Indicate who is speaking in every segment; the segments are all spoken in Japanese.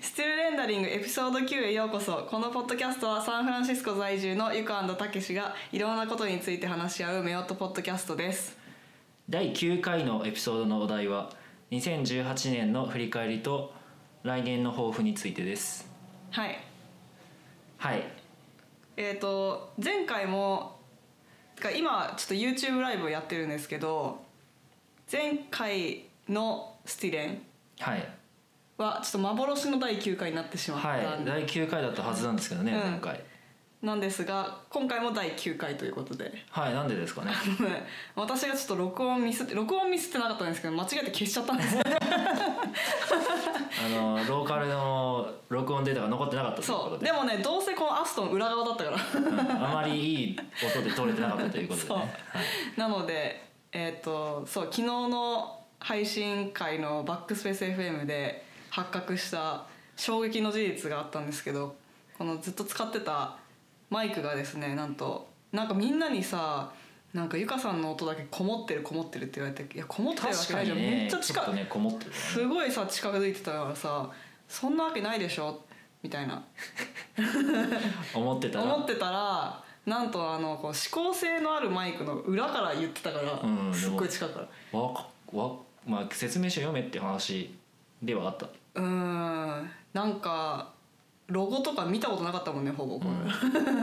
Speaker 1: スチルレンダリングエピソード9へようこそこのポッドキャストはサンフランシスコ在住のゆかたけしがいろんなことについて話し合うメオットポッドキャストです
Speaker 2: 第9回のエピソードのお題は2018年の振り返りと来年の抱負についてです
Speaker 1: はい
Speaker 2: はい
Speaker 1: えっ、と前回もてか今ちょっと YouTube ライブをやってるんですけど前回のスティレン
Speaker 2: はい、
Speaker 1: はちょっと幻の第9回になってしまったんで、
Speaker 2: はい、第9回だったはずなんですけどね、
Speaker 1: うん
Speaker 2: 前回
Speaker 1: なんですが今回も第9回ということで
Speaker 2: はいなんでですかね
Speaker 1: 私がちょっと録音ミスって録音ミスってなかったんですけど間違えて消しちゃったんですよ
Speaker 2: あのローカルの録音データが残ってなかったというこ
Speaker 1: そ
Speaker 2: と
Speaker 1: う
Speaker 2: で
Speaker 1: でもねどうせこのアストン裏側だったから
Speaker 2: うんあまりいい音で撮れてなかったということで、
Speaker 1: そ
Speaker 2: ね
Speaker 1: う
Speaker 2: はい
Speaker 1: なのでえっ、とそう昨日の配信会のバックスペース FM で発覚した衝撃の事実があったんですけどこのずっと使ってたマイクがですねなんとなんかみんなにさなんかゆかさんの音だけこもってるこもってるって言われていやこもってるわ
Speaker 2: 確
Speaker 1: け
Speaker 2: か
Speaker 1: ないじゃ
Speaker 2: に
Speaker 1: ん、め
Speaker 2: ね
Speaker 1: っち
Speaker 2: ち
Speaker 1: ゃ
Speaker 2: ょ
Speaker 1: 近
Speaker 2: っと
Speaker 1: い
Speaker 2: ねこもってるね
Speaker 1: すごいさ近づいてたからさそんなわけないでしょみたいな
Speaker 2: 思ってたら
Speaker 1: 思ってたらなんとあのこう指向性のあるマイクの裏から言ってたから、
Speaker 2: うん
Speaker 1: すっごい近いから
Speaker 2: わかわ、まあ、説明書読めって話ではあった、
Speaker 1: うーんなんかロゴとか見たことなかったもんねほぼこれ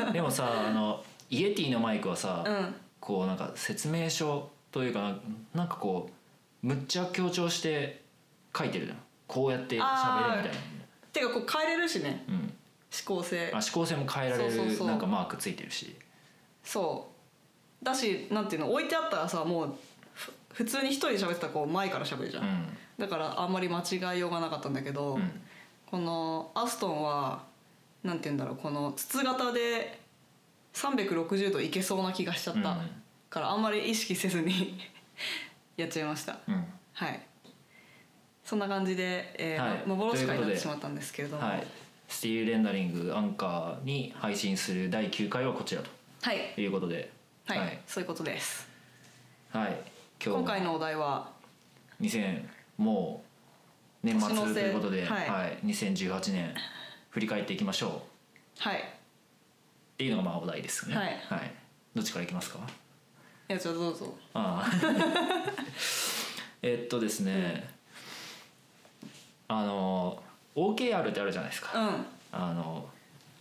Speaker 2: うんでもさあのイエティのマイクはさ、
Speaker 1: うん、
Speaker 2: こうなんか説明書というかななんかこうむっちゃ強調して書いてるじゃんこうやって喋るみたい
Speaker 1: てかこう変えれるしね
Speaker 2: な、うん、
Speaker 1: 指向性
Speaker 2: あ指向性も変えられる
Speaker 1: そうそうそう
Speaker 2: なんかマークついてるし
Speaker 1: そうだしなんていうの置いてあったらさもうふ普通に一人で喋ってたらこう前から喋るじゃ、
Speaker 2: うんん
Speaker 1: だからあんまり間違いようがなかったんだけど、
Speaker 2: うん
Speaker 1: このアストンはなんて言うんだろうこの筒型で360度いけそうな気がしちゃった、からあんまり意識せずに やっちゃいました
Speaker 2: うん
Speaker 1: はいそんな感じで、えー
Speaker 2: はい
Speaker 1: 幻会になっ
Speaker 2: ということ
Speaker 1: て
Speaker 2: で
Speaker 1: しまったんですけれ
Speaker 2: う
Speaker 1: ど
Speaker 2: ん
Speaker 1: も
Speaker 2: はい、スティールレンダリングアンカーに配信する第9回はこちら
Speaker 1: はい
Speaker 2: ということで
Speaker 1: はい
Speaker 2: はい
Speaker 1: そういうことです
Speaker 2: はい今
Speaker 1: 今
Speaker 2: 日
Speaker 1: 回のお題は
Speaker 2: 2000もう年末
Speaker 1: 年の瀬
Speaker 2: ということで、
Speaker 1: はい
Speaker 2: 2018年振り返っていきましょうっ
Speaker 1: はい
Speaker 2: ていうのがまあお題ですね
Speaker 1: はい
Speaker 2: どっちからいきますか
Speaker 1: いやじゃあどうぞ
Speaker 2: ああえっとですね、あの OKR ってあるじゃないですか、
Speaker 1: うん
Speaker 2: あの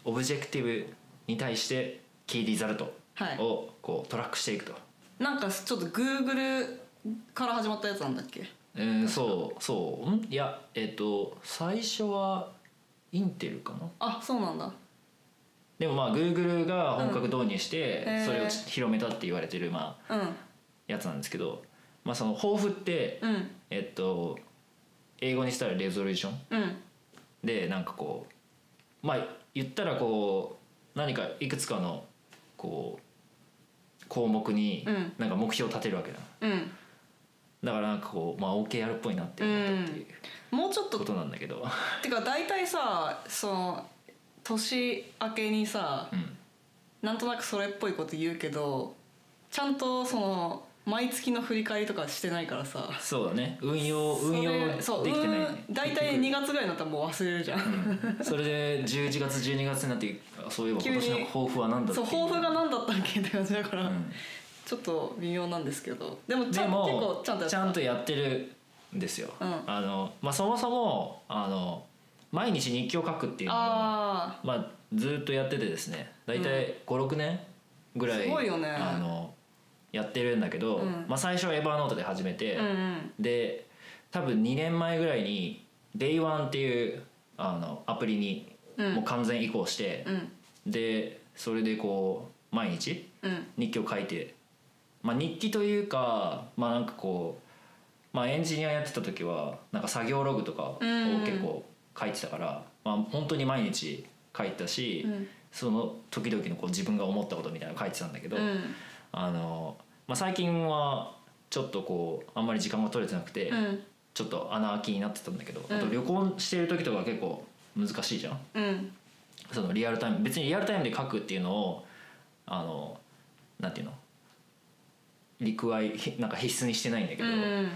Speaker 2: オブジェクティブに対してキーリザルト
Speaker 1: はい
Speaker 2: をこうトラックしていくと、
Speaker 1: なんかちょっと Google から始まったやつなんだっけ
Speaker 2: えーそうそうんいやえっと最初はインテルかな
Speaker 1: あそうなんだ
Speaker 2: でもまあ Google が本格導入して
Speaker 1: うんへー
Speaker 2: それを広めたって言われてるまあ
Speaker 1: うん
Speaker 2: やつなんですけど、まあ、その抱負って
Speaker 1: うん
Speaker 2: えっと英語にしたらレゾリューション
Speaker 1: うん
Speaker 2: でなんかこうまあ言ったらこう何かいくつかのこう項目に
Speaker 1: うん
Speaker 2: なんか目標を立てるわけだ
Speaker 1: うん
Speaker 2: だからなんかこう、まあ、OKR っぽいなって思ったっていう
Speaker 1: もうちょっと
Speaker 2: ことなんだけど、
Speaker 1: てか大体さその年明けにさ
Speaker 2: うん、
Speaker 1: なんとなくそれっぽいこと言うけどちゃんとその毎月の振り返りとかしてないからさ
Speaker 2: そうだね運用運用でき
Speaker 1: そう
Speaker 2: てない、
Speaker 1: うん大体2月ぐらいになったらもう忘れるじゃん
Speaker 2: うんそれで11月12月になってあそういえば今年の抱負は何だって
Speaker 1: そ
Speaker 2: いうう
Speaker 1: 抱負が何だったっけって感じだか
Speaker 2: う
Speaker 1: ら、
Speaker 2: ん
Speaker 1: ちょっと微妙なんですけどでもち
Speaker 2: で
Speaker 1: ゃん結構
Speaker 2: も
Speaker 1: ちゃんとやっ
Speaker 2: ち
Speaker 1: た
Speaker 2: ゃんとやってるんですよ、
Speaker 1: うん
Speaker 2: あのまあ、そもそもあの毎日日記を書くっていうのを
Speaker 1: あ
Speaker 2: まあ、ずっとやっててですね大体56年ぐらい,、
Speaker 1: すごいよね
Speaker 2: あのやってるんだけど、
Speaker 1: うん
Speaker 2: まあ、最初はエバーノートで始めて、
Speaker 1: あうんうん
Speaker 2: で多分2年前ぐらいに Day1 っていうあのアプリに
Speaker 1: うん
Speaker 2: もう完全移行して
Speaker 1: う、ん
Speaker 2: でそれでこう毎日
Speaker 1: うん
Speaker 2: 日記を書いて、まあ、日記というかまあなんかこう、まあ、エンジニアやってた時はなんか作業ログとかを
Speaker 1: うん
Speaker 2: 結構書いてたから、まあ、本当に毎日書いてたし、
Speaker 1: うん
Speaker 2: その時々のこう自分が思ったことみたいなの書いてたんだけど、
Speaker 1: うん
Speaker 2: あのまあ、最近はちょっとこうあんまり時間が取れてなくて、
Speaker 1: うん
Speaker 2: ちょっと穴開きになってたんだけど、
Speaker 1: うん
Speaker 2: あと旅行してる時とか結構難しいじゃん。
Speaker 1: うん
Speaker 2: そのリアルタイム別にリアルタイムで書くっていうのをあのなんていうのリクワイひなんか必須にしてないんだけ
Speaker 1: う
Speaker 2: ど、
Speaker 1: ん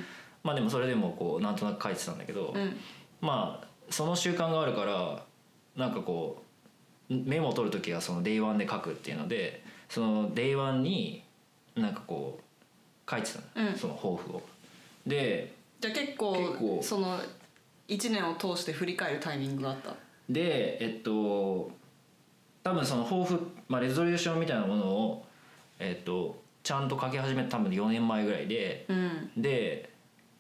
Speaker 2: まあでもそれでもこうなんとなく書いてたんだけど、
Speaker 1: うん
Speaker 2: まあその習慣があるからなんかこうメモを取る時はその Day1 で書くっていうのでその Day1 になんかこう書いてたの、
Speaker 1: うん
Speaker 2: その抱負を。で
Speaker 1: じゃあ結構
Speaker 2: 結構
Speaker 1: その1年を通して振り返るタイミングがあった
Speaker 2: でえっと多分その抱負、まあ、レゾリューションみたいなものを、えっと、ちゃんと書き始めた多分4年前ぐらいで。
Speaker 1: うん
Speaker 2: で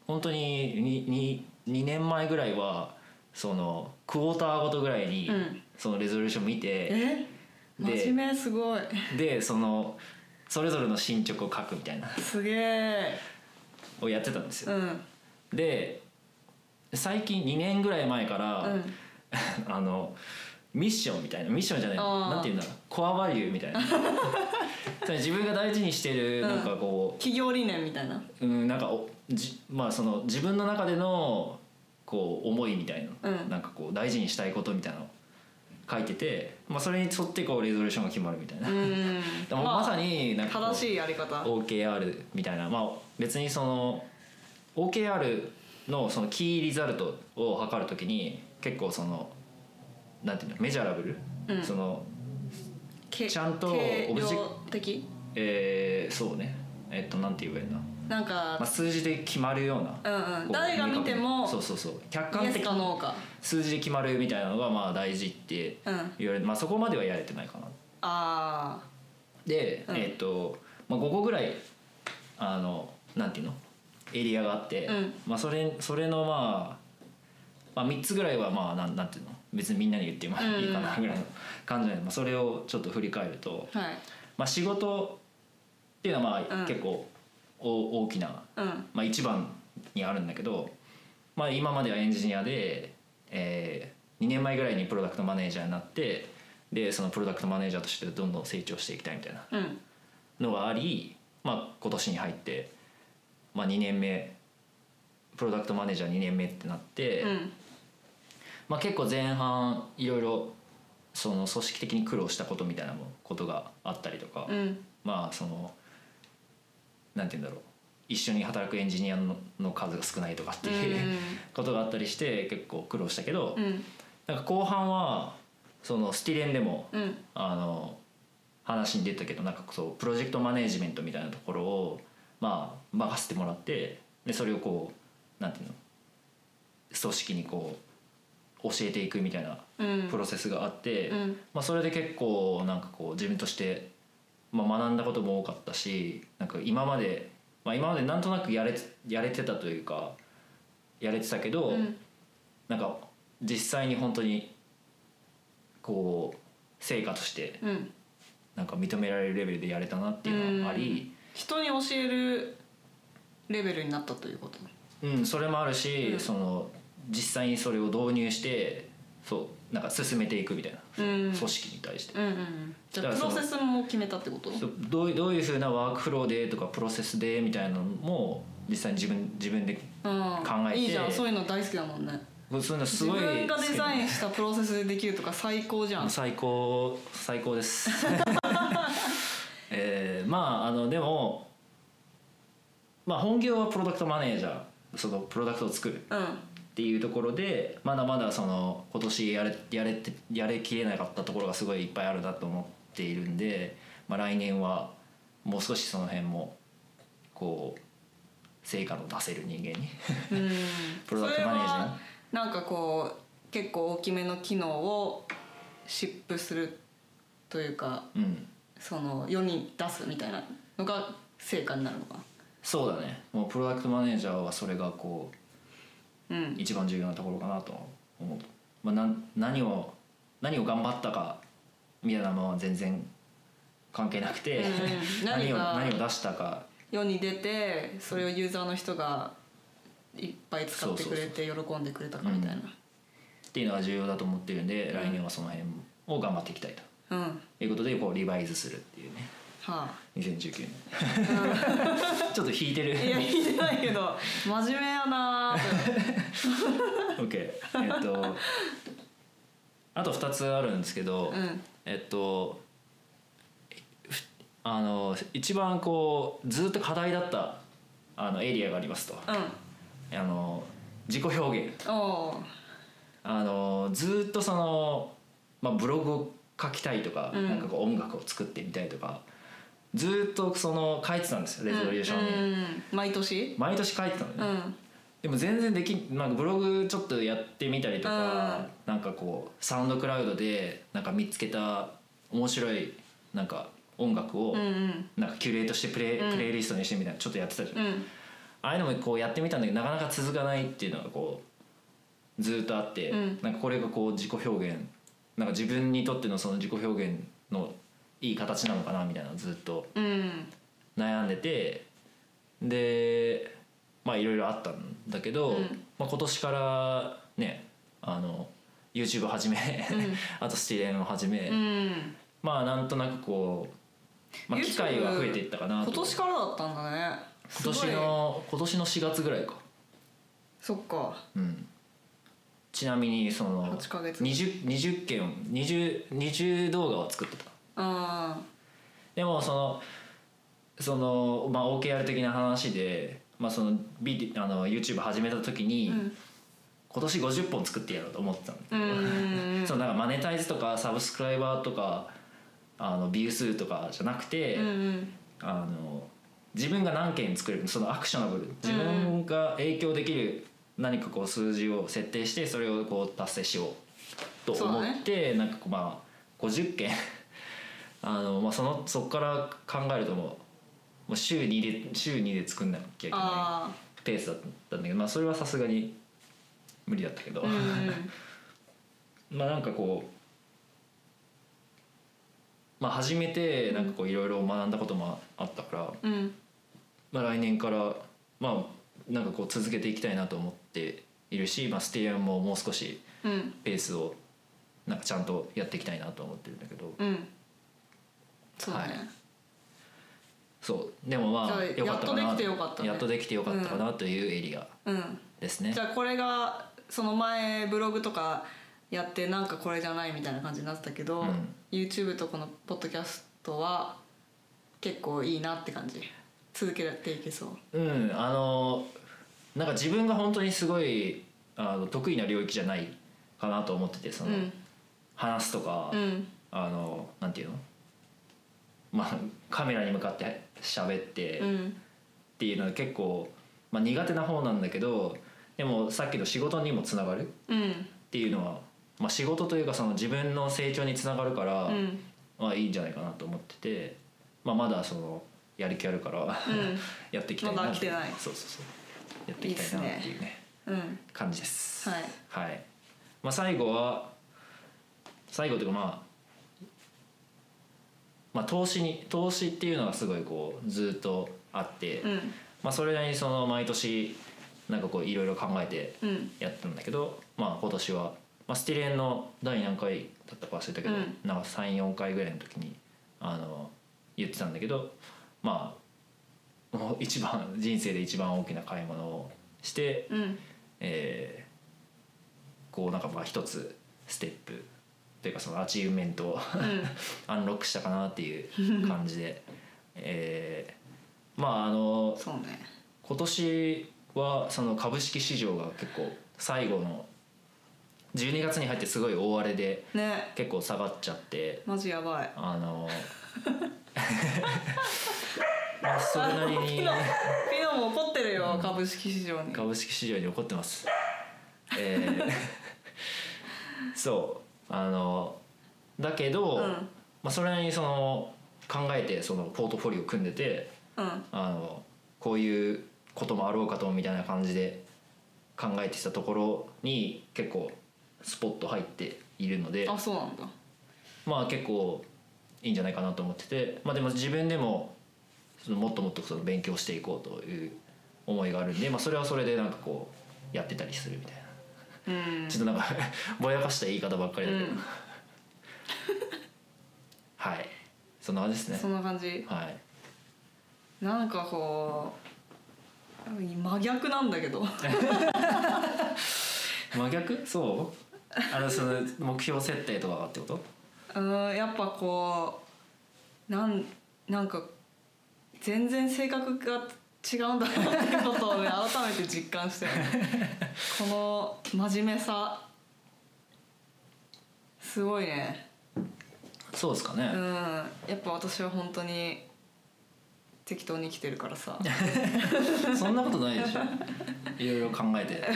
Speaker 2: 本当ににに 2, 年前ぐらいはそのクォーターごとぐらいに
Speaker 1: うん
Speaker 2: そのレゾリューション見て、
Speaker 1: え
Speaker 2: で
Speaker 1: 真面目すごい
Speaker 2: でそのそれぞれの進捗を書くみたいな
Speaker 1: すげえ
Speaker 2: をやってたんです
Speaker 1: う
Speaker 2: よ。
Speaker 1: ん
Speaker 2: で最近2年ぐらい前から、
Speaker 1: う
Speaker 2: あのミッションみたいなミッションじゃない
Speaker 1: あー
Speaker 2: なんていうんだろうコアバリューみ たいなそれ自分が大事にしてるなんかこう、
Speaker 1: ん企業理念みたい な
Speaker 2: うん、なんかおじまあその自分の中でのこう思いみたい
Speaker 1: う
Speaker 2: な、
Speaker 1: ん
Speaker 2: なんかこう大事にしたいことみたいなのを書いてて、まあ、それに沿ってこうレゾリューションが決まるみたいな、
Speaker 1: う
Speaker 2: で
Speaker 1: ん
Speaker 2: もまさ
Speaker 1: に
Speaker 2: になんかこう
Speaker 1: 正しいやり方
Speaker 2: OKR みたいな、まあ、別にその OKR のそのキーリザルトを測るときに結構そのなんていうのメジャラブル、
Speaker 1: うん
Speaker 2: その
Speaker 1: け
Speaker 2: ちゃんと
Speaker 1: 計
Speaker 2: オブジェ
Speaker 1: 量的
Speaker 2: えーそうねえっとなんて言えばいいんだ、
Speaker 1: なん
Speaker 2: まあ、
Speaker 1: か
Speaker 2: 数字で決まるような。
Speaker 1: うん
Speaker 2: こ
Speaker 1: う
Speaker 2: うん
Speaker 1: 誰が見ても
Speaker 2: そうそうそう客
Speaker 1: イ
Speaker 2: 観
Speaker 1: エス
Speaker 2: 的
Speaker 1: かノーか
Speaker 2: 数字で決まるみたいなのがまあ大事って
Speaker 1: うんあ
Speaker 2: 言われて、まあ、そこまではやれてないかな
Speaker 1: あ
Speaker 2: で、
Speaker 1: うん
Speaker 2: えっ、と、まあ、5個ぐらいあのなんていうのエリアがあって、
Speaker 1: うん
Speaker 2: まあ、それそれのまあ、まあ、3つぐらいはまあなんなんていうの別にみんなに言っても
Speaker 1: うん
Speaker 2: いいかなぐらいの感じなので、まあ、それをちょっと振り返ると、
Speaker 1: はい
Speaker 2: まあ、仕事っていうのはまあ、
Speaker 1: うん
Speaker 2: 結構お大きな
Speaker 1: うん
Speaker 2: まあ、一番にあるんだけど、まあ、今まではエンジニアで、え2年前ぐらいにプロダクトマネージャーになってでそのプロダクトマネージャーとしてどんどん成長していきたいみたいな
Speaker 1: うん
Speaker 2: のがあり、まあ、今年に入って、まあ、2年目プロダクトマネージャー2年目ってなって、
Speaker 1: うん
Speaker 2: まあ、結構前半いろいろその組織的に苦労したことみたいなもことがあったりとか、
Speaker 1: うん
Speaker 2: まあそのなんて言うんだろう一緒に働くエンジニアのの数が少ないとかっていう、 ことがあったりして結構苦労したけど、
Speaker 1: うんうん
Speaker 2: なんか後半はそのスティレンでも
Speaker 1: うん
Speaker 2: あの話に出たけどなんかそうプロジェクトマネージメントみたいなところをまあ任せてもらってでそれをこうなんていうの組織にこう教えていくみたいな
Speaker 1: うん
Speaker 2: プロセスがあって、
Speaker 1: うん
Speaker 2: まあ、それで結構なんかこう自分として、まあ、学んだことも多かったしなんか今まで、まあ、今までなんとなくやれやれてたというかやれてたけど、
Speaker 1: うん
Speaker 2: なんか実際に本当にこう成果として
Speaker 1: うん
Speaker 2: なんか認められるレベルでやれたなっていうのがあり、
Speaker 1: 人に教えるレベルになったということ
Speaker 2: うんそれもあるし、
Speaker 1: うん
Speaker 2: その実際にそれを導入してそうなんか進めていくみたいな、
Speaker 1: うん
Speaker 2: 組織に対して。
Speaker 1: うんうんじゃあ
Speaker 2: だか
Speaker 1: プロ
Speaker 2: らその
Speaker 1: セスも決めたってこと
Speaker 2: そうどういうどういうふうなワークフローでとかプロセスでみたいなのも実際に自分自分で
Speaker 1: うん
Speaker 2: えて
Speaker 1: いいじゃんそういうの大好きだもんね
Speaker 2: そういうのす
Speaker 1: 自
Speaker 2: ごい
Speaker 1: 分が
Speaker 2: 好き
Speaker 1: デザインしたプロセスでできるとか最高じゃん
Speaker 2: 最高最高です えーまああのでもまあ本業はプロダクトマネージャーそのプロダクトを作る
Speaker 1: うん
Speaker 2: っていうところでまだまだその今年やれやれてやれきれなかったところがすごいいっぱいあるなと思っているんで、まあ、来年はもう少しその辺もこう成果の出せる人間に
Speaker 1: うん
Speaker 2: プロダクトマネージャー
Speaker 1: それはなんかこう結構大きめの機能をシップするというか
Speaker 2: うん
Speaker 1: その世に出すみたいなのが成果になるのか
Speaker 2: そうだねもうプロダクトマネージャーはそれがこ
Speaker 1: なうん
Speaker 2: う一番重要なところかなと思う、まあ、なん何を何を頑張ったかみたいなのは全然関係なくて、
Speaker 1: うん
Speaker 2: 何を
Speaker 1: 何
Speaker 2: 何
Speaker 1: が
Speaker 2: を出したか
Speaker 1: 世に出てそれをユーザーの人がいっぱい使ってくれて喜んでくれたかみたいな
Speaker 2: っていうのが重要だと思ってるんで、来年はその辺を頑張っていきたいと
Speaker 1: うん、は
Speaker 2: いうことでこうリバイズするっていうね
Speaker 1: あ
Speaker 2: 2019年 ちょっと引いてる
Speaker 1: いや
Speaker 2: OK
Speaker 1: 言ってないけど真面目やなーって
Speaker 2: えっとあと2つあるんですけど、
Speaker 1: うん
Speaker 2: えっとふあの一番こうずっと課題だったあのエリアがありますと
Speaker 1: うん
Speaker 2: あの自己表現
Speaker 1: おお
Speaker 2: あのずーっとその、まあ、ブログを書きたいとか,、
Speaker 1: うん
Speaker 2: なんかこう音楽を作ってみたいとかずーっとその書いてたんですよレゾリューションに、
Speaker 1: うん毎年
Speaker 2: 毎年書いてたのね、
Speaker 1: うん
Speaker 2: でも全然できんなんかブログちょっとやってみたりとか、なんかこうサウンドクラウドでなんか見つけた面白いなんか音楽を
Speaker 1: うんうん
Speaker 2: なんかキュレートしてプレイ,、
Speaker 1: うん
Speaker 2: プレイリストにしてみたいなちょっとやってたじゃん、
Speaker 1: う
Speaker 2: あ
Speaker 1: ん
Speaker 2: あいうのもこうやってみたんだけどなかなか続かないっていうのがこうずーっとあって、
Speaker 1: うん
Speaker 2: なんかこれがこう自己表現なんか自分にとってのその自己表現のいい形なのかなみたいなのをずっと
Speaker 1: うん
Speaker 2: 悩んでてでまあいろいろあったんだけど、
Speaker 1: うん
Speaker 2: まあ、今年からねあの YouTube 始め、
Speaker 1: ん
Speaker 2: あとスティレンを始め、
Speaker 1: うん
Speaker 2: まあなんとなくこう、まあ、
Speaker 1: YouTube
Speaker 2: 機会は増えていったかなと
Speaker 1: 今年からだったんだねす
Speaker 2: 今
Speaker 1: ごい
Speaker 2: 年の今年の4月ぐらいか、
Speaker 1: そっか
Speaker 2: うん、ちなみにその
Speaker 1: 8ヶ月
Speaker 2: 20, 20件 20, 20動画は作ってた
Speaker 1: あ
Speaker 2: でもそのその、まあ、OKR 的な話で、まあ、そのビデあの YouTube 始めた時に、
Speaker 1: ーうん
Speaker 2: 今年50本作ってやろうと思ってたんだけ
Speaker 1: う
Speaker 2: ど、
Speaker 1: ん
Speaker 2: そのなんかマネタイズとかサブスクライバーとかあのビュー数とかじゃなくて、
Speaker 1: うんうん
Speaker 2: あの自分が何件作れるそのアクショナブル自分が影響できる何かこう数字を設定してそれをこう達成しようと思って、なんかこうまあ50件 あの、まあ、そのそこから考えるともうもう週2で週2で作んなきゃいけな
Speaker 1: あ
Speaker 2: いペースだったんだけど、まあ、それはさすがに無理だったけど、
Speaker 1: あうん
Speaker 2: まあなんかこう、まあ、初めてなんかこういろいろ学んだこともあったから。
Speaker 1: うん
Speaker 2: まあ、来年からまあなんかこう続けていきたいなと思っているし、まあ、ステイアンももう少し
Speaker 1: うん
Speaker 2: ペースをなんかちゃんとやっていきたいなと思ってるんだけど
Speaker 1: うんそうだね、
Speaker 2: はいそうでもまあ
Speaker 1: じゃあ
Speaker 2: よかったかな
Speaker 1: やっとできてよかったね
Speaker 2: やっとできてよかったかなというエリア
Speaker 1: うん
Speaker 2: ですね
Speaker 1: じ、ゃあこれがその前ブログとかやってなんかこれじゃないみたいな感じになってたけど、
Speaker 2: うん
Speaker 1: YouTube とこのポッドキャストは結構いいなって感じ続けていけそう
Speaker 2: うんあのなんか自分が本当にすごいあの得意な領域じゃないかなと思っててその、
Speaker 1: うん
Speaker 2: 話すとか、
Speaker 1: うん
Speaker 2: あのなんていうの まあカメラに向かって喋って、
Speaker 1: うん
Speaker 2: っていうのは結構、まあ、苦手な方なんだけどでもさっきの仕事にもつながるっ
Speaker 1: うん
Speaker 2: ていうのは、まあ、仕事というかその自分の成長につながるから、
Speaker 1: うん
Speaker 2: まあ、いいんじゃないかなと思ってて、まあ、まだそのやる気あ るから、やっていきたいな
Speaker 1: まだ飽きてない
Speaker 2: そうそうそうやっていきたいなっていうね
Speaker 1: うんうん
Speaker 2: 感じです。
Speaker 1: はい
Speaker 2: はいまあ、最後は最後というかまあまあ、投資に投資っていうのがすごいこうずっとあって、
Speaker 1: うん
Speaker 2: まあ、それなりにその毎年なんかこういろいろ考えて
Speaker 1: うん
Speaker 2: やってたんだけど、まあ、今年は、まあ、スティレンの第何回だったか忘れたけど、
Speaker 1: うん
Speaker 2: なんか34回ぐらいの時にあの言ってたんだけどまあもう一番人生で一番大きな買い物をして、
Speaker 1: うん
Speaker 2: えーこうなんかまあ一つステップというかそのアチーブメントを
Speaker 1: うん
Speaker 2: アンロックしたかなっていう感じで、えーまああの
Speaker 1: そうね
Speaker 2: 今年はその株式市場が結構最後の12月に入ってすごい大荒れで
Speaker 1: ね
Speaker 2: 結構下がっちゃって
Speaker 1: マジやばい
Speaker 2: あのまあそれなりに
Speaker 1: ピノも怒ってるよ株式市場に
Speaker 2: 株式市場に怒ってますえ ーそうあのだけど、
Speaker 1: うん
Speaker 2: まあ、それなりにその考えてそのポートフォリオ組んでて
Speaker 1: うん
Speaker 2: あのこういうこともあろうかとみたいな感じで考えてきたところに結構スポッと入っているので
Speaker 1: あそうなんだ
Speaker 2: まあ結構いいんじゃないかなと思ってて、まあ、でも自分でもそのもっともっとその勉強していこうという思いがあるんで、まあ、それはそれでなんかこうやってたりするみたい
Speaker 1: う
Speaker 2: な、
Speaker 1: ん
Speaker 2: ちょっとなんか ぼやかした言い方ばっかりだけど、
Speaker 1: うん
Speaker 2: はいそんな感じです
Speaker 1: そ
Speaker 2: ね
Speaker 1: んな感じ
Speaker 2: はい
Speaker 1: なんかこう真逆なんだけど
Speaker 2: 真逆そうあのその目標設定とかがってこと
Speaker 1: うんやっぱこうなんなんか全然性格が違うんだな ってことをね改めて実感してこの真面目さすごいね
Speaker 2: そうですか
Speaker 1: うん
Speaker 2: ね、
Speaker 1: やっぱ私は本当に適当に生きてるからさ
Speaker 2: そんなことないで しょいろいろ考えて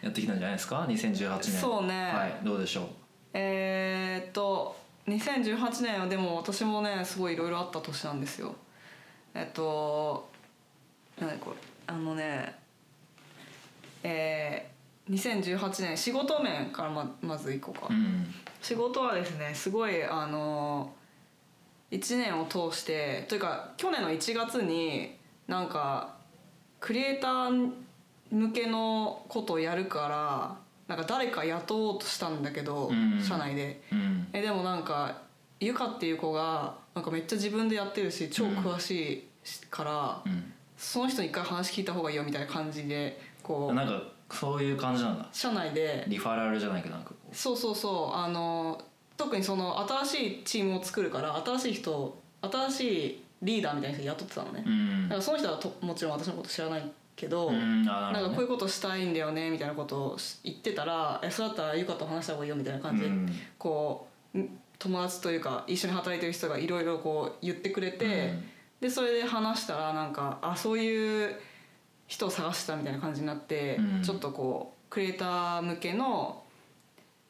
Speaker 2: やってきたんじゃないですか2018年
Speaker 1: そうね
Speaker 2: はいどうでしょう
Speaker 1: えーっと2018年はでも私もねすごいいろいろあった年なんですよえっと何これあのねえー、2018年仕事面からままずいこうか、
Speaker 2: うん
Speaker 1: 仕事はですねすごいあの1年を通してというか去年の1月になんかクリエイター向けのことをやるからなんか誰か雇おうとしたんだけど、
Speaker 2: うん
Speaker 1: 社内で
Speaker 2: うん
Speaker 1: えでもなんかゆかっていう子がなんかめっちゃ自分でやってるし超詳しいから、
Speaker 2: う
Speaker 1: その人に一回話聞いた方がいいよみたいな感じでこ
Speaker 2: ん
Speaker 1: う
Speaker 2: なんかそういう感じなんだ
Speaker 1: 社内で
Speaker 2: リファラルじゃないけどなんかこ
Speaker 1: そうそうそうあの特にその新しいチームを作るから新しい人新しいリーダーみたいな人雇ってたのね、
Speaker 2: ううん
Speaker 1: だからその人はともちろん私のこと知らないけど、
Speaker 2: うんあな
Speaker 1: な
Speaker 2: る
Speaker 1: んかこう
Speaker 2: ほど
Speaker 1: い
Speaker 2: ね
Speaker 1: うことしたいんだよねみたいなことをし言ってたらえそれだったらゆかと話した方がいいよみたいな感じで、
Speaker 2: うん
Speaker 1: こうん友達というか一緒に働いてる人がいろいろこう言ってくれて、でそれで話したらなんかあそういう人を探してたみたいな感じになって、
Speaker 2: うん
Speaker 1: ちょっとこうクリエイター向けの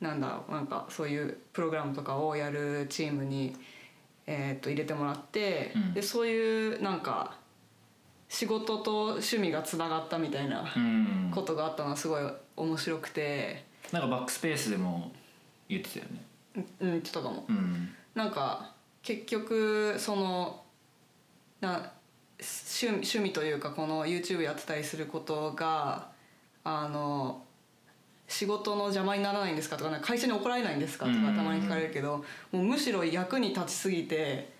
Speaker 1: なんだろうなんかそういうプログラムとかをやるチームに、えー、と入れてもらって、
Speaker 2: うん
Speaker 1: でそういうなんか仕事と趣味がつながったみたいな
Speaker 2: うんうん
Speaker 1: ことがあったのはすごい面白くて、
Speaker 2: なんかバックスペースでも言ってたよね
Speaker 1: うん、うんちょっとかも。
Speaker 2: うん
Speaker 1: なんか結局そのな趣趣味というかこの YouTube やってたりすることがあの仕事の邪魔にならないんですかとかなんか会社に怒られないんですかと
Speaker 2: うんうん
Speaker 1: か
Speaker 2: うん
Speaker 1: たまに聞かれるけどもうむしろ役に立ちすぎて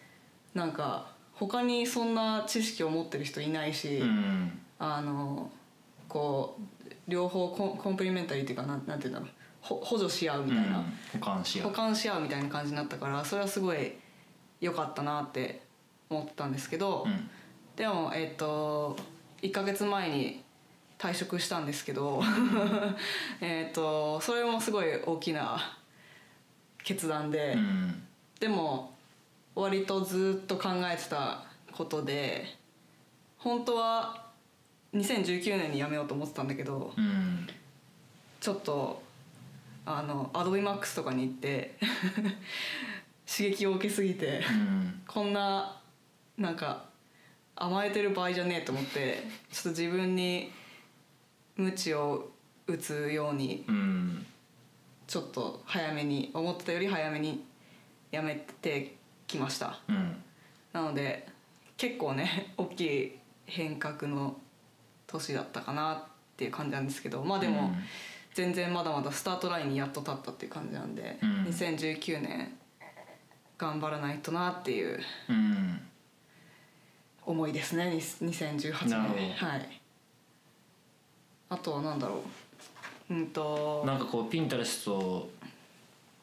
Speaker 1: なんか他にそんな知識を持ってる人いないし、
Speaker 2: うん
Speaker 1: あのこう両方コンコンプリメンタリーっていうかなんなんていうんだろうほ補助し合うみたいな。
Speaker 2: うん、保管し合
Speaker 1: 補
Speaker 2: う
Speaker 1: 完し合うみたいな感じになったからそれはすごい良かったなって思ったんですけど、
Speaker 2: うん
Speaker 1: でもえっ、と1ヶ月前に退職したんですけど えっとそれもすごい大きな決断で、
Speaker 2: うん
Speaker 1: でも割とずっと考えてたことで本当は2019年に辞めようと思ってたんだけど
Speaker 2: うん
Speaker 1: ちょっとあのアドビマックスとかに行って 刺激を受けすぎて
Speaker 2: うん
Speaker 1: こんななんか甘えてる場合じゃねえと思ってちょっと自分に鞭を打つように
Speaker 2: うん
Speaker 1: ちょっと早めに思ってたより早めにやめてきました
Speaker 2: うん
Speaker 1: なので結構ね 大きい変革の年だったかなっていう感じなんですけどまあでも、全然まだまだスタートラインにやっと立ったっていう感じなんで、
Speaker 2: うん
Speaker 1: 2019年頑張らないとなっていう
Speaker 2: うん、うん
Speaker 1: 思いですねに2018年
Speaker 2: なるほど
Speaker 1: はいあとは何だろううんと
Speaker 2: なんかこうピンタレスト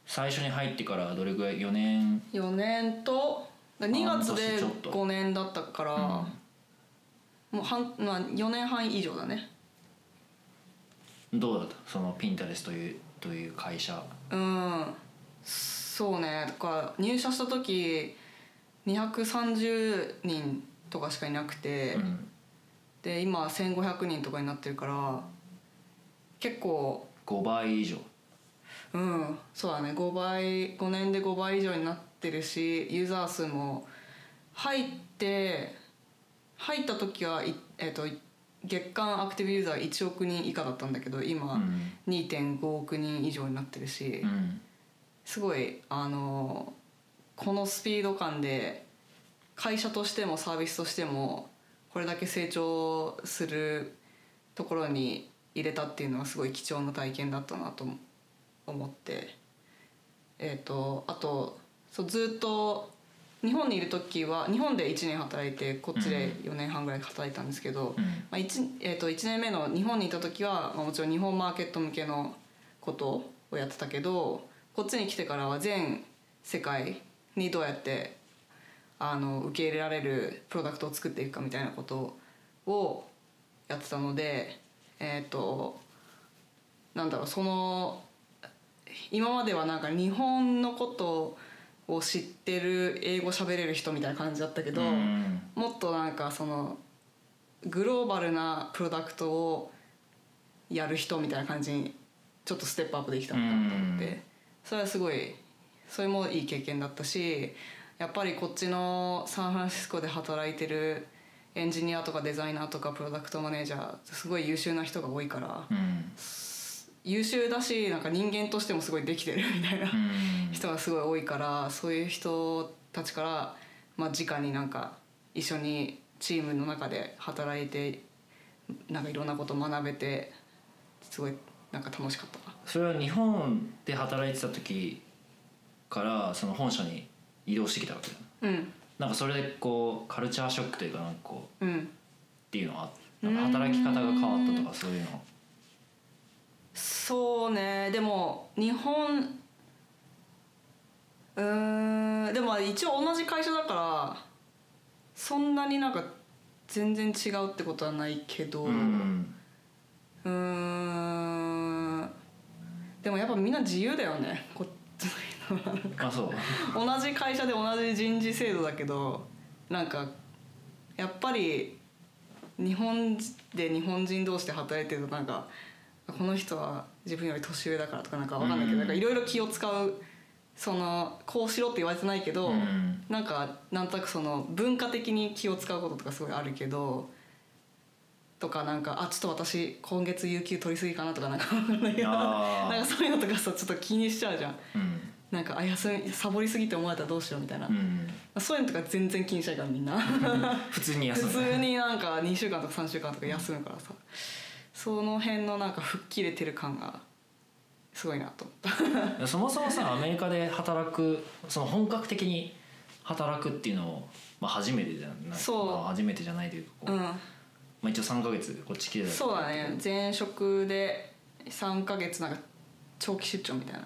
Speaker 2: 最初に入ってからどれぐらい4年
Speaker 1: 4年とだ2
Speaker 2: 半
Speaker 1: 月
Speaker 2: 年
Speaker 1: で
Speaker 2: ちょっと
Speaker 1: 5年だったから、もう半、まあ、4年半以上だね
Speaker 2: どうだったそのピンタレスというという会社
Speaker 1: うんそうねだから入社した時230人とかしかいなくて、
Speaker 2: うん
Speaker 1: で今1500人とかになってるから結構
Speaker 2: 5倍以上
Speaker 1: うんそうだね5倍5年で5倍以上になってるしユーザー数も入って入った時はい、えっと月間アクティブユーザー1億人以下だったんだけど
Speaker 2: う
Speaker 1: 今
Speaker 2: ん
Speaker 1: 2.5億人以上になってるし
Speaker 2: うん
Speaker 1: すごいあのこのスピード感で会社としてもサービスとしてもこれだけ成長するところに入れたっていうのはすごい貴重な体験だったなと思って、えー、とあとそうずっと日本にいる時は日本で1年働いてこっちで4年半ぐらい働いたんですけど、
Speaker 2: うん
Speaker 1: まあ 1, えー、と1年目の日本にいた時は、まあ、もちろん日本マーケット向けのことをやってたけどこっちに来てからは全世界にどうやってあの受け入れられるプロダクトを作っていくかみたいなことをやってたのでえっ、となんだろうその今まではなんか日本のことを知ってる英語喋れる人みたいな感じだったけど、
Speaker 2: うん
Speaker 1: もっとなんかそのグローバルなプロダクトをやる人みたいな感じにちょっとステップアップできたのかなと思って、
Speaker 2: うん
Speaker 1: それはすごいそれもいい経験だったしやっぱりこっちのサンフランシスコで働いてるエンジニアとかデザイナーとかプロダクトマネージャーすごい優秀な人が多いから
Speaker 2: うん
Speaker 1: 優秀だしなんか人間としてもすごいできてるみたいな
Speaker 2: うん
Speaker 1: 人がすごい多いからそういう人たちから、まあ、直になんか一緒にチームの中で働いてなんかいろんなこと学べてすごいなんか楽しかったな
Speaker 2: それは日本で働いてた時からその本社に移動してきたわけだ
Speaker 1: うん
Speaker 2: なんかそれでこうカルチャーショックというかなんかこう
Speaker 1: うん
Speaker 2: っていうのはあったなんか働き方が変わったとかそういうの
Speaker 1: そうねでも日本うーんでもまあ一応同じ会社だからそんなになんか全然違うってことはないけど、
Speaker 2: うん
Speaker 1: うーんでもやっぱみんな自由だよねこ
Speaker 2: あそう
Speaker 1: 同じ会社で同じ人事制度だけどなんかやっぱり日本で日本人同士で働いてるとなんかこの人は自分より年上だからとかなんかわかんないけ
Speaker 2: うん
Speaker 1: どなんかいろいろ気を使うそのこうしろって言われてないけど、
Speaker 2: うん
Speaker 1: なんかなんとなくその文化的に気を使うこととかすごいあるけどとかなんかあちょっと私今月有給取りすぎかなとかなんかわかんないけど
Speaker 2: あー
Speaker 1: なんかそういうのとかさちょっと気にしちゃうじゃん
Speaker 2: うん
Speaker 1: なんかあ休みサボりすぎて思われたらどうしようみたいな、
Speaker 2: うん
Speaker 1: そういうのとか全然気にしないからみんな
Speaker 2: 普通に
Speaker 1: 普
Speaker 2: 休む
Speaker 1: 通になんか2週間とか3週間とか休むからさその辺のなんか吹っ切れてる感がすごいなと思った
Speaker 2: そもそもさアメリカで働くその本格的に働くっていうのを、まあ、初めてじゃない
Speaker 1: そう
Speaker 2: まあ初めてじゃないというかこう、
Speaker 1: う
Speaker 2: ま
Speaker 1: ん
Speaker 2: あ、一応3か月こっち来てたけど
Speaker 1: そうだね前職で3ヶ月なんか長期出張みたいな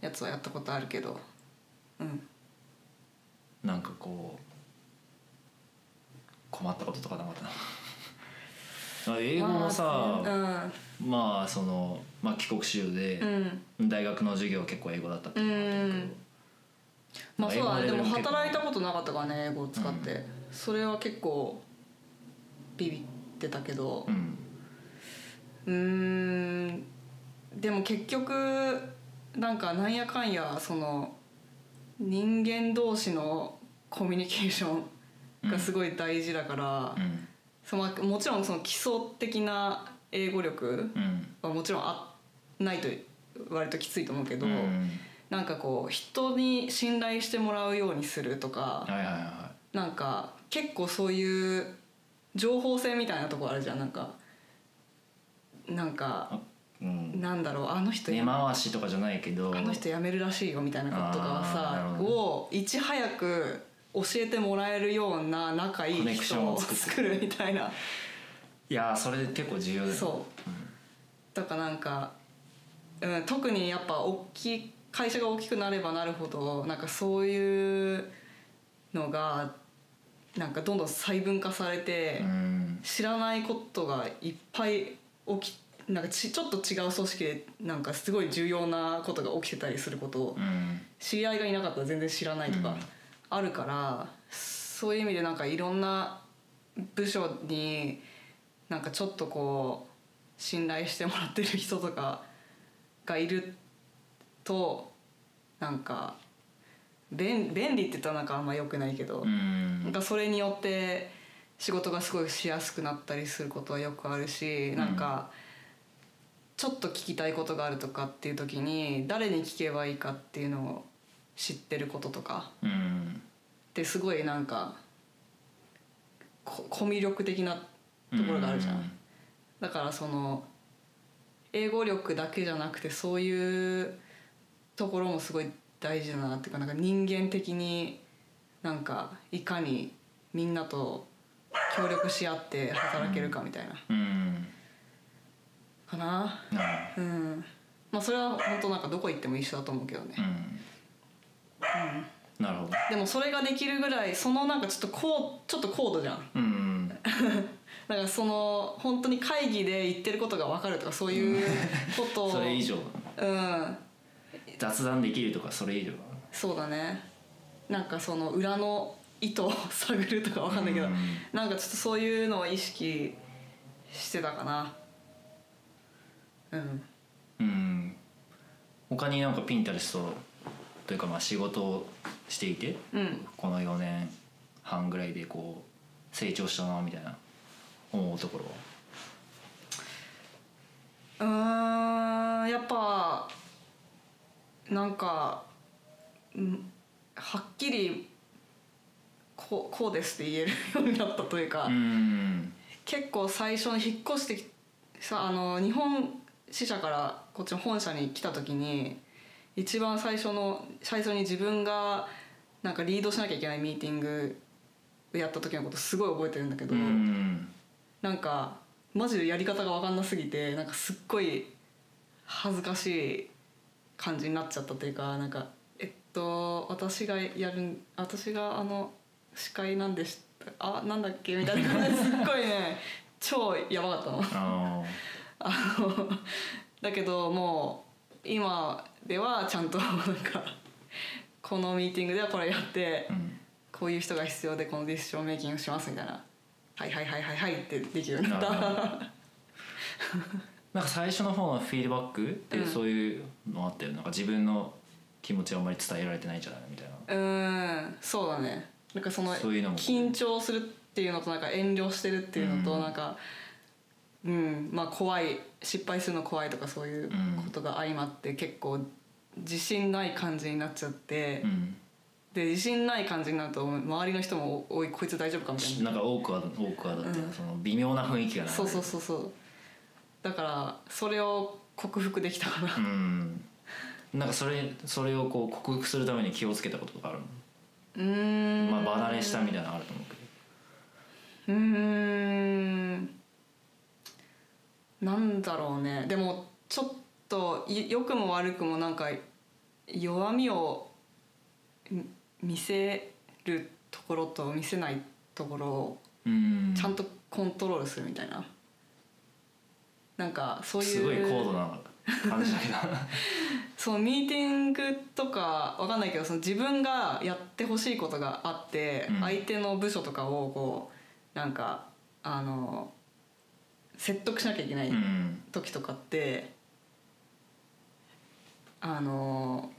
Speaker 1: やつはやったことあるけどうん
Speaker 2: なんかこう困ったこととかなか ったなまあ英語もさ、
Speaker 1: まあ
Speaker 2: まあその、まあ、帰国子女で
Speaker 1: う、ん、うん、
Speaker 2: 大学の授業結構英語だったって
Speaker 1: う
Speaker 2: いうのがあったけ
Speaker 1: ん
Speaker 2: ど
Speaker 1: まあそうだねで
Speaker 2: 英語のレベル
Speaker 1: も
Speaker 2: も結構
Speaker 1: 働いたことなかったからね英語を使って、それは結構ビビってたけど
Speaker 2: うん
Speaker 1: うーんでも結局なんかなんやかんやその人間同士のコミュニケーションがすごい大事だから、
Speaker 2: うん
Speaker 1: そのもちろんその基礎的な英語力
Speaker 2: うん
Speaker 1: はもちろんあないと割ときついと思うけど、
Speaker 2: うん
Speaker 1: なんかこう人に信頼してもらうようにするとか、
Speaker 2: はいはいはいは
Speaker 1: なんか結構そういう情報性みたいなとこあるじゃんなんかなんか
Speaker 2: あうん
Speaker 1: なんだろうあの人
Speaker 2: 根回しとかじゃないけど
Speaker 1: あの人辞めるらしいよみたいなこととかは
Speaker 2: あー
Speaker 1: さ
Speaker 2: なるほど
Speaker 1: をいち早く教えてもらえるような仲い
Speaker 2: コ
Speaker 1: い
Speaker 2: ネクショ
Speaker 1: 人
Speaker 2: ン
Speaker 1: を
Speaker 2: を作って
Speaker 1: 作るみたいない
Speaker 2: やーそれ結構重要だよ
Speaker 1: そうだからなんか、うん、特にやっぱ大きい会社が大きくなればなるほどなんかそういうのがなんかどんどん細分化されて、
Speaker 2: うん
Speaker 1: 知らないことがいっぱい起きなんかちちょっと違う組織でなんかすごい重要なことが起きてたりすることを
Speaker 2: うん
Speaker 1: 知り合いがいなかったら全然知らないと
Speaker 2: う
Speaker 1: か
Speaker 2: ん
Speaker 1: あるから、そういう意味でなんかいろんな部署になんかちょっとこう信頼してもらってる人とかがいるとなんか便便利って言ったらなんかあんま良くないけど、
Speaker 2: うん
Speaker 1: なんかそれによって仕事がすごいしやすくなったりすることはよくあるしなんかちょっと聞きたいことがあるとかっていう時に誰に聞けばいいかっていうのを知ってることとか
Speaker 2: うん
Speaker 1: ってすごいなんかこコミュ力的なところがあるじゃん。だからその英語力だけじゃなくてそういうところもすごい大事だなっていうかなんか人間的になんかいかにみんなと協力し合って働けるかみたいな、
Speaker 2: うんうん
Speaker 1: かな
Speaker 2: な
Speaker 1: う
Speaker 2: る
Speaker 1: んまあそれは本当なんかどこ行っても一緒だと思うけどね、
Speaker 2: うんなるほど
Speaker 1: でもそれができるぐらいそのなんかちょっとこうちょっと高度じゃん
Speaker 2: うん
Speaker 1: だからその 本当に会議で言ってることが分かるとかそういうことを
Speaker 2: それ以上
Speaker 1: うん
Speaker 2: 雑談できるとかそれ以上
Speaker 1: そうだねなんかその裏の意図を探るとかわかんないけど、
Speaker 2: うん
Speaker 1: なんかちょっとそういうのを意識してたかなうん
Speaker 2: うん他になんかピンタレストというかまあ仕事をしていて
Speaker 1: うん
Speaker 2: この4年半ぐらいでこう成長したなみたいな思うところは
Speaker 1: うーんやっぱなんかうんはっきりこうこうですって言えるようになったというか、
Speaker 2: うん
Speaker 1: 結構最初に引っ越してきさあの日本支社からこっちの本社に来た時に一番最初の最初に自分がなんかリードしなきゃいけないミーティングをやった時のことすごい覚えてるんだけど、
Speaker 2: うん
Speaker 1: なんかマジでやり方が分かんなすぎてなんかすっごい恥ずかしい感じになっちゃったというかなんかえっと私がやる私があの司会なんでしたあなんだっけみたいな感じですっごいね超やばかったの。
Speaker 2: あ
Speaker 1: あのだけどもう今ではちゃんとなんかこのミーティングではこれやって
Speaker 2: ー、うん
Speaker 1: こういう人が必要でこのディスションメイキングしますみたいな「はいはいはいはいはい」ってできるようになっ
Speaker 2: なるほ
Speaker 1: た。
Speaker 2: なんか最初の方のフィードバックってそういうのあったよ、なんか自分の気持ちをあんまり伝えられてないんじゃないみたいな
Speaker 1: うーんそうだねなんかその
Speaker 2: そういうのも
Speaker 1: 緊張するっていうのとなんか遠慮してるっていうの
Speaker 2: う
Speaker 1: と
Speaker 2: ん
Speaker 1: なんかうん、まあ怖い失敗するの怖いとかそういうことが相まって結構自信ない感じになっちゃって、
Speaker 2: うん
Speaker 1: で自信ない感じになると周りの人も「おおいこいつ大丈夫か」みたいな
Speaker 2: なんか多くは多くはだって、
Speaker 1: うん
Speaker 2: その微妙な雰囲気がなんか
Speaker 1: そうそうそうそうだからそれを克服できたかな、
Speaker 2: うんなんかそれそれをこう克服するために気をつけたこととかある
Speaker 1: うーん
Speaker 2: の、まあ、離れしたみたいなのあると思うけど
Speaker 1: うーんなんだろうねでもちょっとい良くも悪くもなんか弱みをみ見せるところと見せないところを
Speaker 2: うん
Speaker 1: ちゃんとコントロールするみたいな、なんかそういう
Speaker 2: すごい高度な感じだけど
Speaker 1: そうミーティングとかわかんないけどその自分がやってほしいことがあって、
Speaker 2: うん
Speaker 1: 相手の部署とかをこうなんかあの説得しなきゃいけ ない
Speaker 2: うん
Speaker 1: 時とかって、あの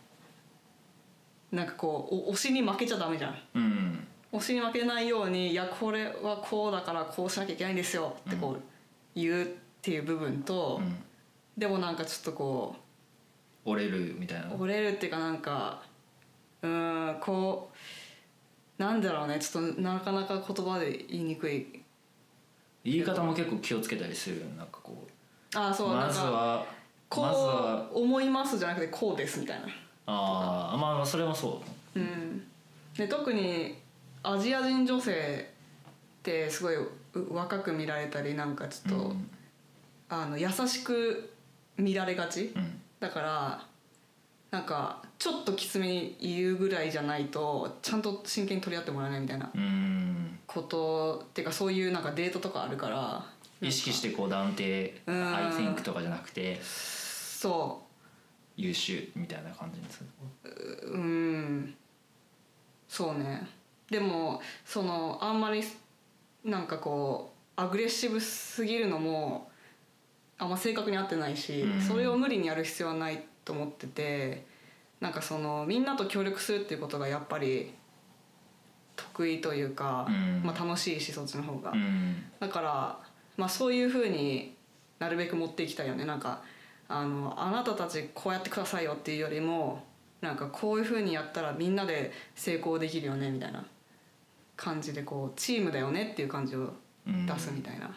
Speaker 1: なんかこうお推しに負けちゃダメじゃん。
Speaker 2: うん
Speaker 1: 推しに負けないように「いやこれはこうだからこうしなきゃいけないんですよ」ってこう言うっていう部分と、
Speaker 2: うん
Speaker 1: でもなんかちょっとこう。
Speaker 2: 折れるみたいな
Speaker 1: 折れるっていうかなんかうーんこうなんだろうねちょっとなかなか言葉で言いにくい
Speaker 2: 言い方も結構気をつけたりするよねなんかこ
Speaker 1: ああ
Speaker 2: う
Speaker 1: そう
Speaker 2: ま
Speaker 1: なん
Speaker 2: ず
Speaker 1: か
Speaker 2: はまず
Speaker 1: こ
Speaker 2: は
Speaker 1: う思いますじゃなくてこうですみたいな
Speaker 2: ああまあそれもそう
Speaker 1: うんで特にアジア人女性ってすごいう若く見られたりなんかちょっと、
Speaker 2: うん
Speaker 1: あの優しく見られがち
Speaker 2: うん
Speaker 1: だからなんかちょっときつめに言うぐらいじゃないとちゃんと真剣に取り合ってもらえないみたいな
Speaker 2: うん
Speaker 1: ことっていうかそういうなんかデータとかあるから
Speaker 2: 意識してこう断定「
Speaker 1: うん
Speaker 2: I think」とかじゃなくて
Speaker 1: そ
Speaker 2: 優秀みたいな感じにする
Speaker 1: ううんそうねでもそのあんまりなんかこうアグレッシブすぎるのもあんま正確に合ってないし、
Speaker 2: うん
Speaker 1: それを無理にやる必要はないと思っててなんかそのみんなと協力するっていうことがやっぱり得意というか、
Speaker 2: うん
Speaker 1: まあ、楽しいしそっちの方が。
Speaker 2: うん
Speaker 1: だから、まあ、そういうふうになるべく持っていきたいよねなんかあのあなたたちこうやってくださいよっていうよりもなんかこういうふうにやったらみんなで成功できるよねみたいな感じでこうチームだよねっていう感じを
Speaker 2: うん
Speaker 1: 出すみたいな、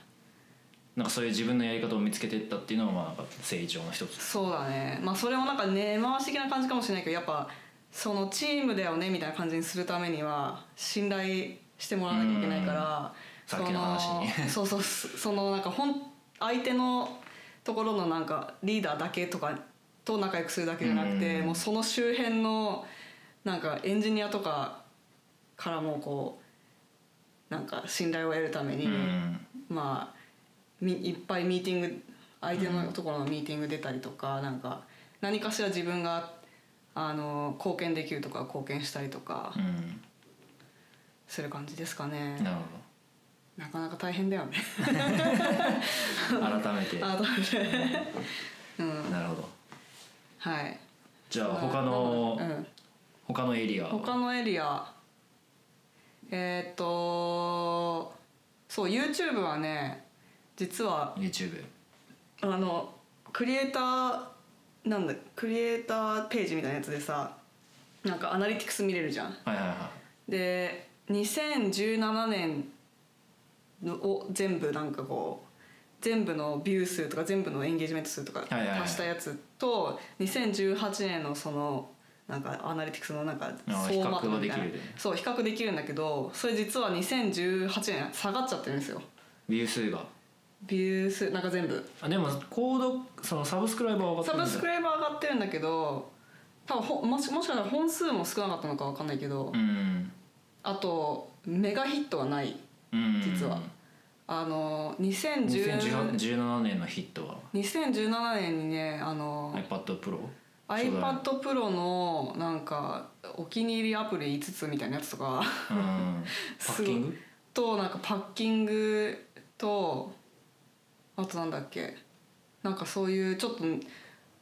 Speaker 2: なんかそういう自分のやり方を見つけてったっていうのはまあなんか成長の一つ
Speaker 1: そうだねまあそれもなんか根回し的な感じかもしれないけどやっぱそのチームだよねみたいな感じにするためには信頼してもらわなきゃいけないから
Speaker 2: うんさっきの話
Speaker 1: に そうそうそのなんか本相手のところのなんかリーダーだけとかと仲良くするだけじゃなくて、
Speaker 2: うん
Speaker 1: もうその周辺のなんかエンジニアとかからもこうなんか信頼を得るために、
Speaker 2: うん
Speaker 1: まあみいっぱいミーティング相手のところのミーティング出たりとか、なんか何かしら自分があの貢献できるとか貢献したりとか
Speaker 2: うん
Speaker 1: する感じですかね、
Speaker 2: なる
Speaker 1: なかなか大変だよね
Speaker 2: ほど改めて
Speaker 1: あどうで
Speaker 2: うんなるほど
Speaker 1: はい
Speaker 2: じゃあ他
Speaker 1: う
Speaker 2: の
Speaker 1: ん、
Speaker 2: 他のエリア
Speaker 1: 他のエリアえーっとそう YouTube はね実は
Speaker 2: YouTube
Speaker 1: あのクリエイターなんだクリエイターページみたいなやつでさなんかアナリティクス見れるじゃん。
Speaker 2: はいはいは
Speaker 1: で2017年のを全部なんかこう全部のビュー数とか全部のエンゲージメント数とか
Speaker 2: いはいはい
Speaker 1: 足したやつと2018年のそのなんかアナリティクスのなんか
Speaker 2: あー
Speaker 1: 総まとめ
Speaker 2: 比較がで
Speaker 1: み
Speaker 2: き
Speaker 1: たい
Speaker 2: る
Speaker 1: な
Speaker 2: よね
Speaker 1: そう比較できるんだけどそれ実は2018年下がっちゃってるんですよ
Speaker 2: いビュー数が
Speaker 1: ビュー数なんか全部
Speaker 2: あでも購読そのサブスクライバーは分
Speaker 1: サ
Speaker 2: かってるん
Speaker 1: ブ
Speaker 2: だ
Speaker 1: スクライバー上がってるんだけど多分ほもしもしかしたら本数も少なかったのか分かんないけど、
Speaker 2: うん
Speaker 1: あとメガヒットはない
Speaker 2: うん
Speaker 1: 実はあの2010
Speaker 2: 2017年のヒットは
Speaker 1: 2017年にねあの
Speaker 2: iPad Pro そうだね
Speaker 1: iPad Pro のなんかお気に入りアプリ5つみたいなやつとか
Speaker 2: うんパ
Speaker 1: すご
Speaker 2: ッキ
Speaker 1: い
Speaker 2: ング
Speaker 1: となんかパッキングとあとなんだっけなんかそういうちょっと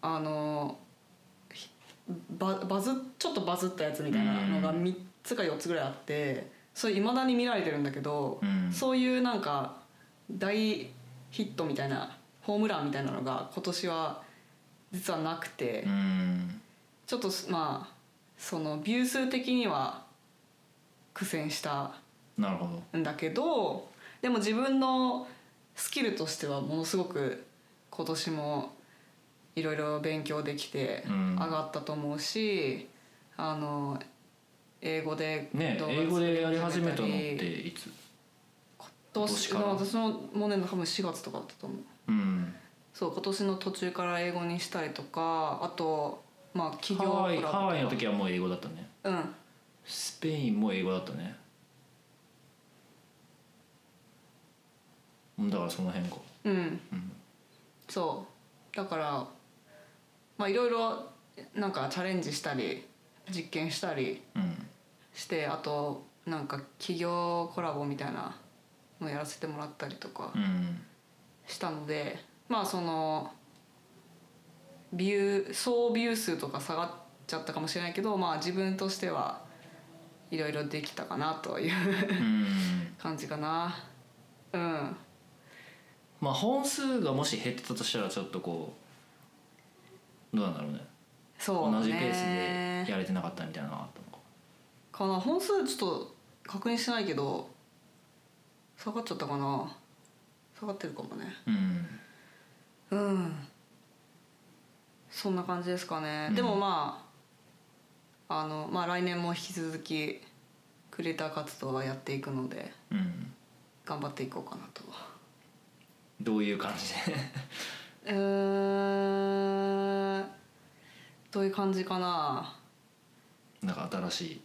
Speaker 1: あのひババズちょっとバズったやつみたいなのが
Speaker 2: うん
Speaker 1: 3つか4つぐらいあってそれいまだに見られてるんだけど、
Speaker 2: うん
Speaker 1: そういうなんか大ヒットみたいなホームランみたいなのが今年は実はなくて、
Speaker 2: うん
Speaker 1: ちょっとすまあそのビュー数的には苦戦した
Speaker 2: なるほど
Speaker 1: んだけどでも自分のスキルとしてはものすごく今年もいろいろ勉強できて
Speaker 2: うん
Speaker 1: 上がったと思うし、あの英語で
Speaker 2: ね
Speaker 1: 動画
Speaker 2: 英語でやり始めたのっ
Speaker 1: 作り
Speaker 2: て
Speaker 1: り
Speaker 2: いつ
Speaker 1: 今
Speaker 2: 年
Speaker 1: 年
Speaker 2: から
Speaker 1: 私のもうね多分4月とかだったと思う
Speaker 2: うん
Speaker 1: そう今年の途中から英語にしたりとかあとまあ企
Speaker 2: ハ
Speaker 1: 業
Speaker 2: ワイ
Speaker 1: コラボと
Speaker 2: ハ
Speaker 1: か
Speaker 2: ワイの時はもう英語だったね
Speaker 1: うん
Speaker 2: スペインも英語だったねうんだからその辺か
Speaker 1: うん
Speaker 2: うん
Speaker 1: そうだからまあいろいろなんかチャレンジしたり実験したり
Speaker 2: うん
Speaker 1: してあとなんか企業コラボみたいなのやらせてもらったりとか
Speaker 2: うん
Speaker 1: したのでまあそのビュー総ビュー数とか下がっちゃったかもしれないけどまあ自分としてはいろいろできたかなという
Speaker 2: うん
Speaker 1: 感じかなうん
Speaker 2: まあ本数がもし減ってたとしたらちょっとこうどうなんだろうね
Speaker 1: そうね
Speaker 2: 同じペースでやれてなかったみたいなのがあったのか
Speaker 1: かな本数ちょっと確認してないけど下がっちゃったかな下がってるかもね
Speaker 2: うん
Speaker 1: うんそんな感じですかね、
Speaker 2: うん
Speaker 1: でもまああのまあ来年も引き続きクリエイター活動はやっていくので
Speaker 2: うん
Speaker 1: 頑張っていこうかなと
Speaker 2: どういう感じで
Speaker 1: うーんどういう感じかな
Speaker 2: なんか新しい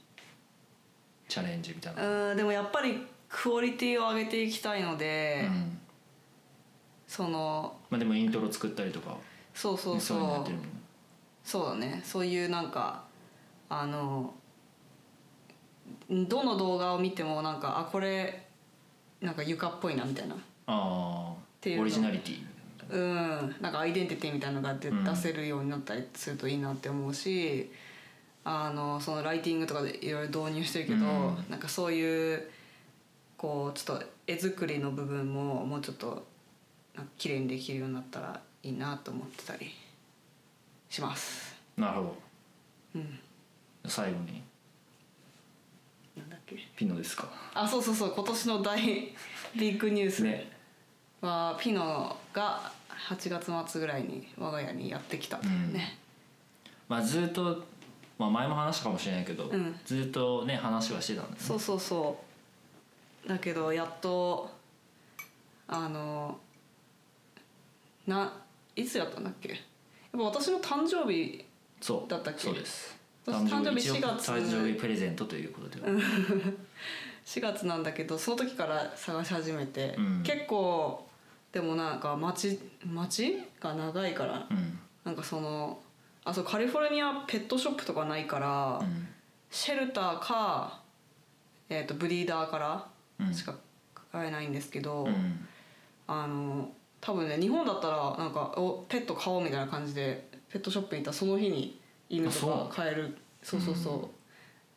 Speaker 2: チャレンジみたいな、
Speaker 1: うんでもやっぱりクオリティを上げていきたいので、
Speaker 2: うん
Speaker 1: その
Speaker 2: まあ、でもイントロ作ったりとか
Speaker 1: そうそ
Speaker 2: ね
Speaker 1: うそう
Speaker 2: いうのやってるもんね
Speaker 1: そうだねそういうなんかあのどの動画を見てもなんかあこれなんか床っぽいなみたいな
Speaker 2: あ
Speaker 1: ていう
Speaker 2: あ
Speaker 1: の
Speaker 2: オリジナリティ
Speaker 1: うんなんかアイデンティティみたいなのが出
Speaker 2: うん
Speaker 1: 出せるようになったりするといいなって思うし、あのそのライティングとかでいろいろ導入してるけど、
Speaker 2: うん
Speaker 1: なんかそういうこうちょっと絵作りの部分ももうちょっとなんか綺麗にできるようになったらいいなと思ってたりします。
Speaker 2: なるほ
Speaker 1: う
Speaker 2: ど
Speaker 1: ん、
Speaker 2: 最後に
Speaker 1: なんだっけ
Speaker 2: ピノですか
Speaker 1: あそうそうそう今年の大 ビッグニュース
Speaker 2: ね
Speaker 1: は、ピノが8月末ぐらいに我が家にやってきたというね、
Speaker 2: まあずっと、まあ、前も話したかもしれないけど、
Speaker 1: うん
Speaker 2: ずっとね話はしてたんです、
Speaker 1: そ
Speaker 2: ね、
Speaker 1: うそうそうだけどやっとあのないつやったんだっけやっぱ私の誕生日
Speaker 2: そう
Speaker 1: だったっけ
Speaker 2: そうです
Speaker 1: 私誕生日
Speaker 2: 一応
Speaker 1: 4月
Speaker 2: 誕生日プレゼントということで、
Speaker 1: 4月なんだけどその時から探し始めて、
Speaker 2: うん
Speaker 1: 結構でもなんか待ち待ちが長いから
Speaker 2: うん
Speaker 1: なんかそのあそうカリフォルニアペットショップとかないから、
Speaker 2: うん
Speaker 1: シェルターか、えー、とブリーダーか
Speaker 2: うん
Speaker 1: らしか買えないんですけど、
Speaker 2: うん
Speaker 1: あの多分ね日本だったらなんかおペット買おうみたいな感じでペットショップに行ったらその日に犬
Speaker 2: あそ
Speaker 1: と
Speaker 2: うなの
Speaker 1: か買えるそうそうそう、
Speaker 2: う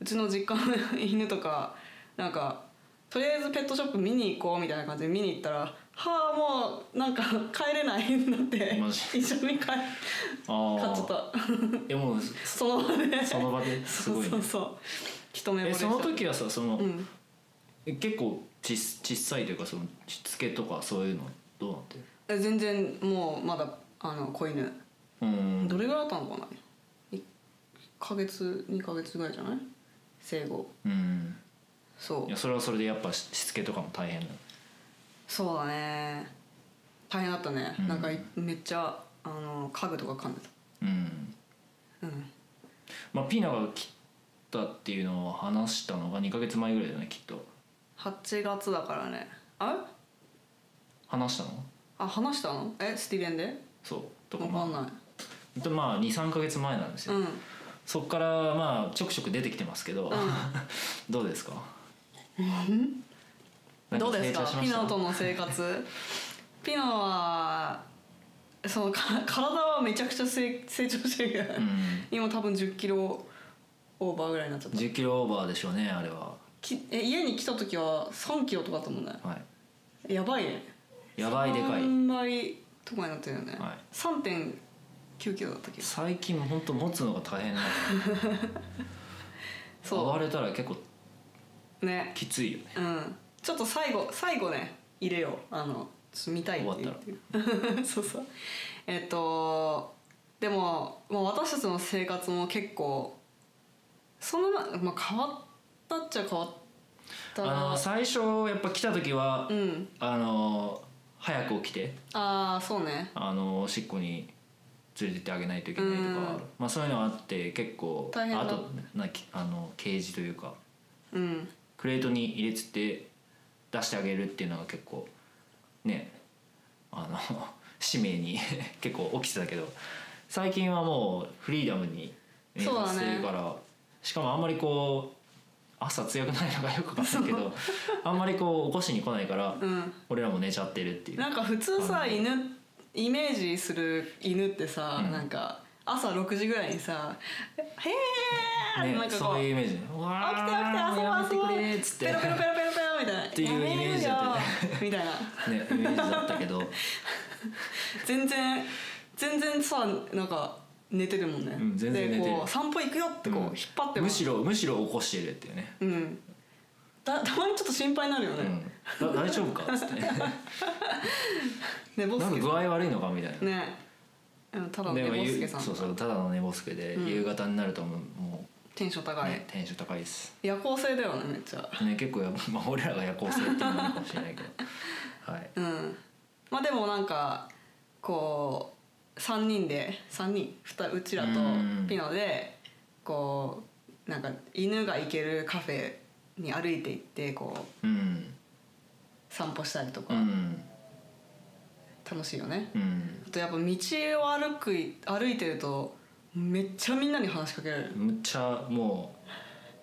Speaker 1: うんちの実家の犬とかなんかとりあえずペットショップ見に行こうみたいな感じで見に行ったら「はあもうなんか帰れない」になって
Speaker 2: マジ
Speaker 1: 一緒に帰
Speaker 2: ああ
Speaker 1: 買っちゃった
Speaker 2: えもう
Speaker 1: その場で
Speaker 2: その場ですごい、ね、
Speaker 1: そうそうそう一目惚
Speaker 2: え
Speaker 1: れしち
Speaker 2: そ
Speaker 1: ゃっ
Speaker 2: の
Speaker 1: た
Speaker 2: 時はさその、
Speaker 1: うん
Speaker 2: え結構ち小さいというかそのしつけとかそういうのどうなってる
Speaker 1: え全然もうまだあの子犬
Speaker 2: うん
Speaker 1: どれぐらいあったのかな1ヶ月2ヶ月ぐらいじゃない生後
Speaker 2: うん
Speaker 1: そ
Speaker 2: いうやそれはそれでやっぱししつけとかも大変だ
Speaker 1: そうだね大変だったね、
Speaker 2: うん
Speaker 1: なんかいめっちゃあの家具とか噛んで
Speaker 2: うん
Speaker 1: たうん
Speaker 2: まあピーナが切ったっていうのを話したのが2か月前ぐらいだよねきっと
Speaker 1: 8月だからねあ
Speaker 2: 話したの
Speaker 1: あ話したのえスティーベンで
Speaker 2: そうと
Speaker 1: わ
Speaker 2: か
Speaker 1: か
Speaker 2: ま
Speaker 1: んない
Speaker 2: あとまあ23か月前なんですよ、
Speaker 1: うん
Speaker 2: そっからまあちょくちょく出てきてますけど、
Speaker 1: ん
Speaker 2: どうですかなん
Speaker 1: どうです
Speaker 2: 成
Speaker 1: か
Speaker 2: 長しま
Speaker 1: ピ
Speaker 2: した
Speaker 1: ノとの生 活ピノはそのか体はめちゃくちゃ成成長してるから、
Speaker 2: うん
Speaker 1: 今多分1 0キロオーバーぐらいになっちゃった
Speaker 2: 10キロオーバーでしょうねあれは
Speaker 1: きえ家に来た時は3キロとかだと思うんだよ
Speaker 2: はい
Speaker 1: やばいね
Speaker 2: やばいでかい
Speaker 1: 3倍とかになってるよね、
Speaker 2: はい
Speaker 1: 3 9キロだったっけど
Speaker 2: 最近本当持つのが 大変な
Speaker 1: そ
Speaker 2: 暴れたら結構
Speaker 1: うね
Speaker 2: きついよね
Speaker 1: うんちょっと最後最後ね入れようあのちょっと見たいって言ってる そうそうえっとでももう私たちの生活も結構そんな、まあ、変わったっちゃ変わっ
Speaker 2: あ
Speaker 1: た
Speaker 2: の最初やっぱ来た時は、
Speaker 1: うん
Speaker 2: あの早く起きて
Speaker 1: ああそうね
Speaker 2: あのおしっこに連れてってあげないといけないとか、
Speaker 1: うん
Speaker 2: まあ、そういうのがあって結構
Speaker 1: 大変だ
Speaker 2: あとなきあのケージというか
Speaker 1: うん
Speaker 2: クレートに入れつって出してあげるっていうのが結構ねあの 使命に 結構起きてたけど最近はもうフリーダムに演出
Speaker 1: そうだ
Speaker 2: し
Speaker 1: ね
Speaker 2: てるから、しかもあんまりこう朝強くないのがよくわかんない けどあんまりこう起こしに来ないから
Speaker 1: うん
Speaker 2: 俺らも寝ちゃってるっていう。
Speaker 1: なんか普通
Speaker 2: あ
Speaker 1: さ
Speaker 2: の
Speaker 1: 犬イメージする犬ってさ、
Speaker 2: うん
Speaker 1: なんか朝6時ぐらいにさ「へえ!」
Speaker 2: ね
Speaker 1: なん、かこ
Speaker 2: そう
Speaker 1: う
Speaker 2: い
Speaker 1: 「
Speaker 2: うイメージね。
Speaker 1: 起きて起きて遊ぼう
Speaker 2: わーやめて
Speaker 1: 遊ぼう」
Speaker 2: くれーっつって
Speaker 1: ペロペロペロペロペロみたいな「
Speaker 2: ていうイメージだった
Speaker 1: やめるよみたいな
Speaker 2: ねイメージだったけ ど、
Speaker 1: 全然全然さなんか寝てるもんね、
Speaker 2: うん全然寝てる
Speaker 1: でこう散歩行くよってこう
Speaker 2: うん
Speaker 1: 引っ張っても
Speaker 2: むしろむしろ起こしてるっていうね。
Speaker 1: うんだ たまにちょっと心配になるよ
Speaker 2: う
Speaker 1: ね、
Speaker 2: ん、だ大丈夫かっつって
Speaker 1: 寝坊
Speaker 2: なん
Speaker 1: す
Speaker 2: か
Speaker 1: け
Speaker 2: 具合悪いのかみたいな。
Speaker 1: ねうんただの
Speaker 2: で
Speaker 1: 寝
Speaker 2: も
Speaker 1: 坊す
Speaker 2: ゆ
Speaker 1: けさん
Speaker 2: そうそうただの寝坊すけで、
Speaker 1: うん
Speaker 2: 夕方になるともうも
Speaker 1: テンション
Speaker 2: う、
Speaker 1: 高い、
Speaker 2: ねテンション高いです。
Speaker 1: 夜行性だよねめっちゃ
Speaker 2: ね結構や、 まあ、俺らが夜行性っていうのもあるかもしれない けど、はい。
Speaker 1: うんまあでもなんかこう3人で3人ふたうちらと
Speaker 2: うん
Speaker 1: ピノでこうなんか犬が行けるカフェに歩いて行ってこう
Speaker 2: うん
Speaker 1: 散歩したりとか
Speaker 2: うん
Speaker 1: 楽しいよね、
Speaker 2: うん。
Speaker 1: あとやっぱ道を歩く歩いてるとめっちゃみんなに話しかけられる
Speaker 2: むっちゃもう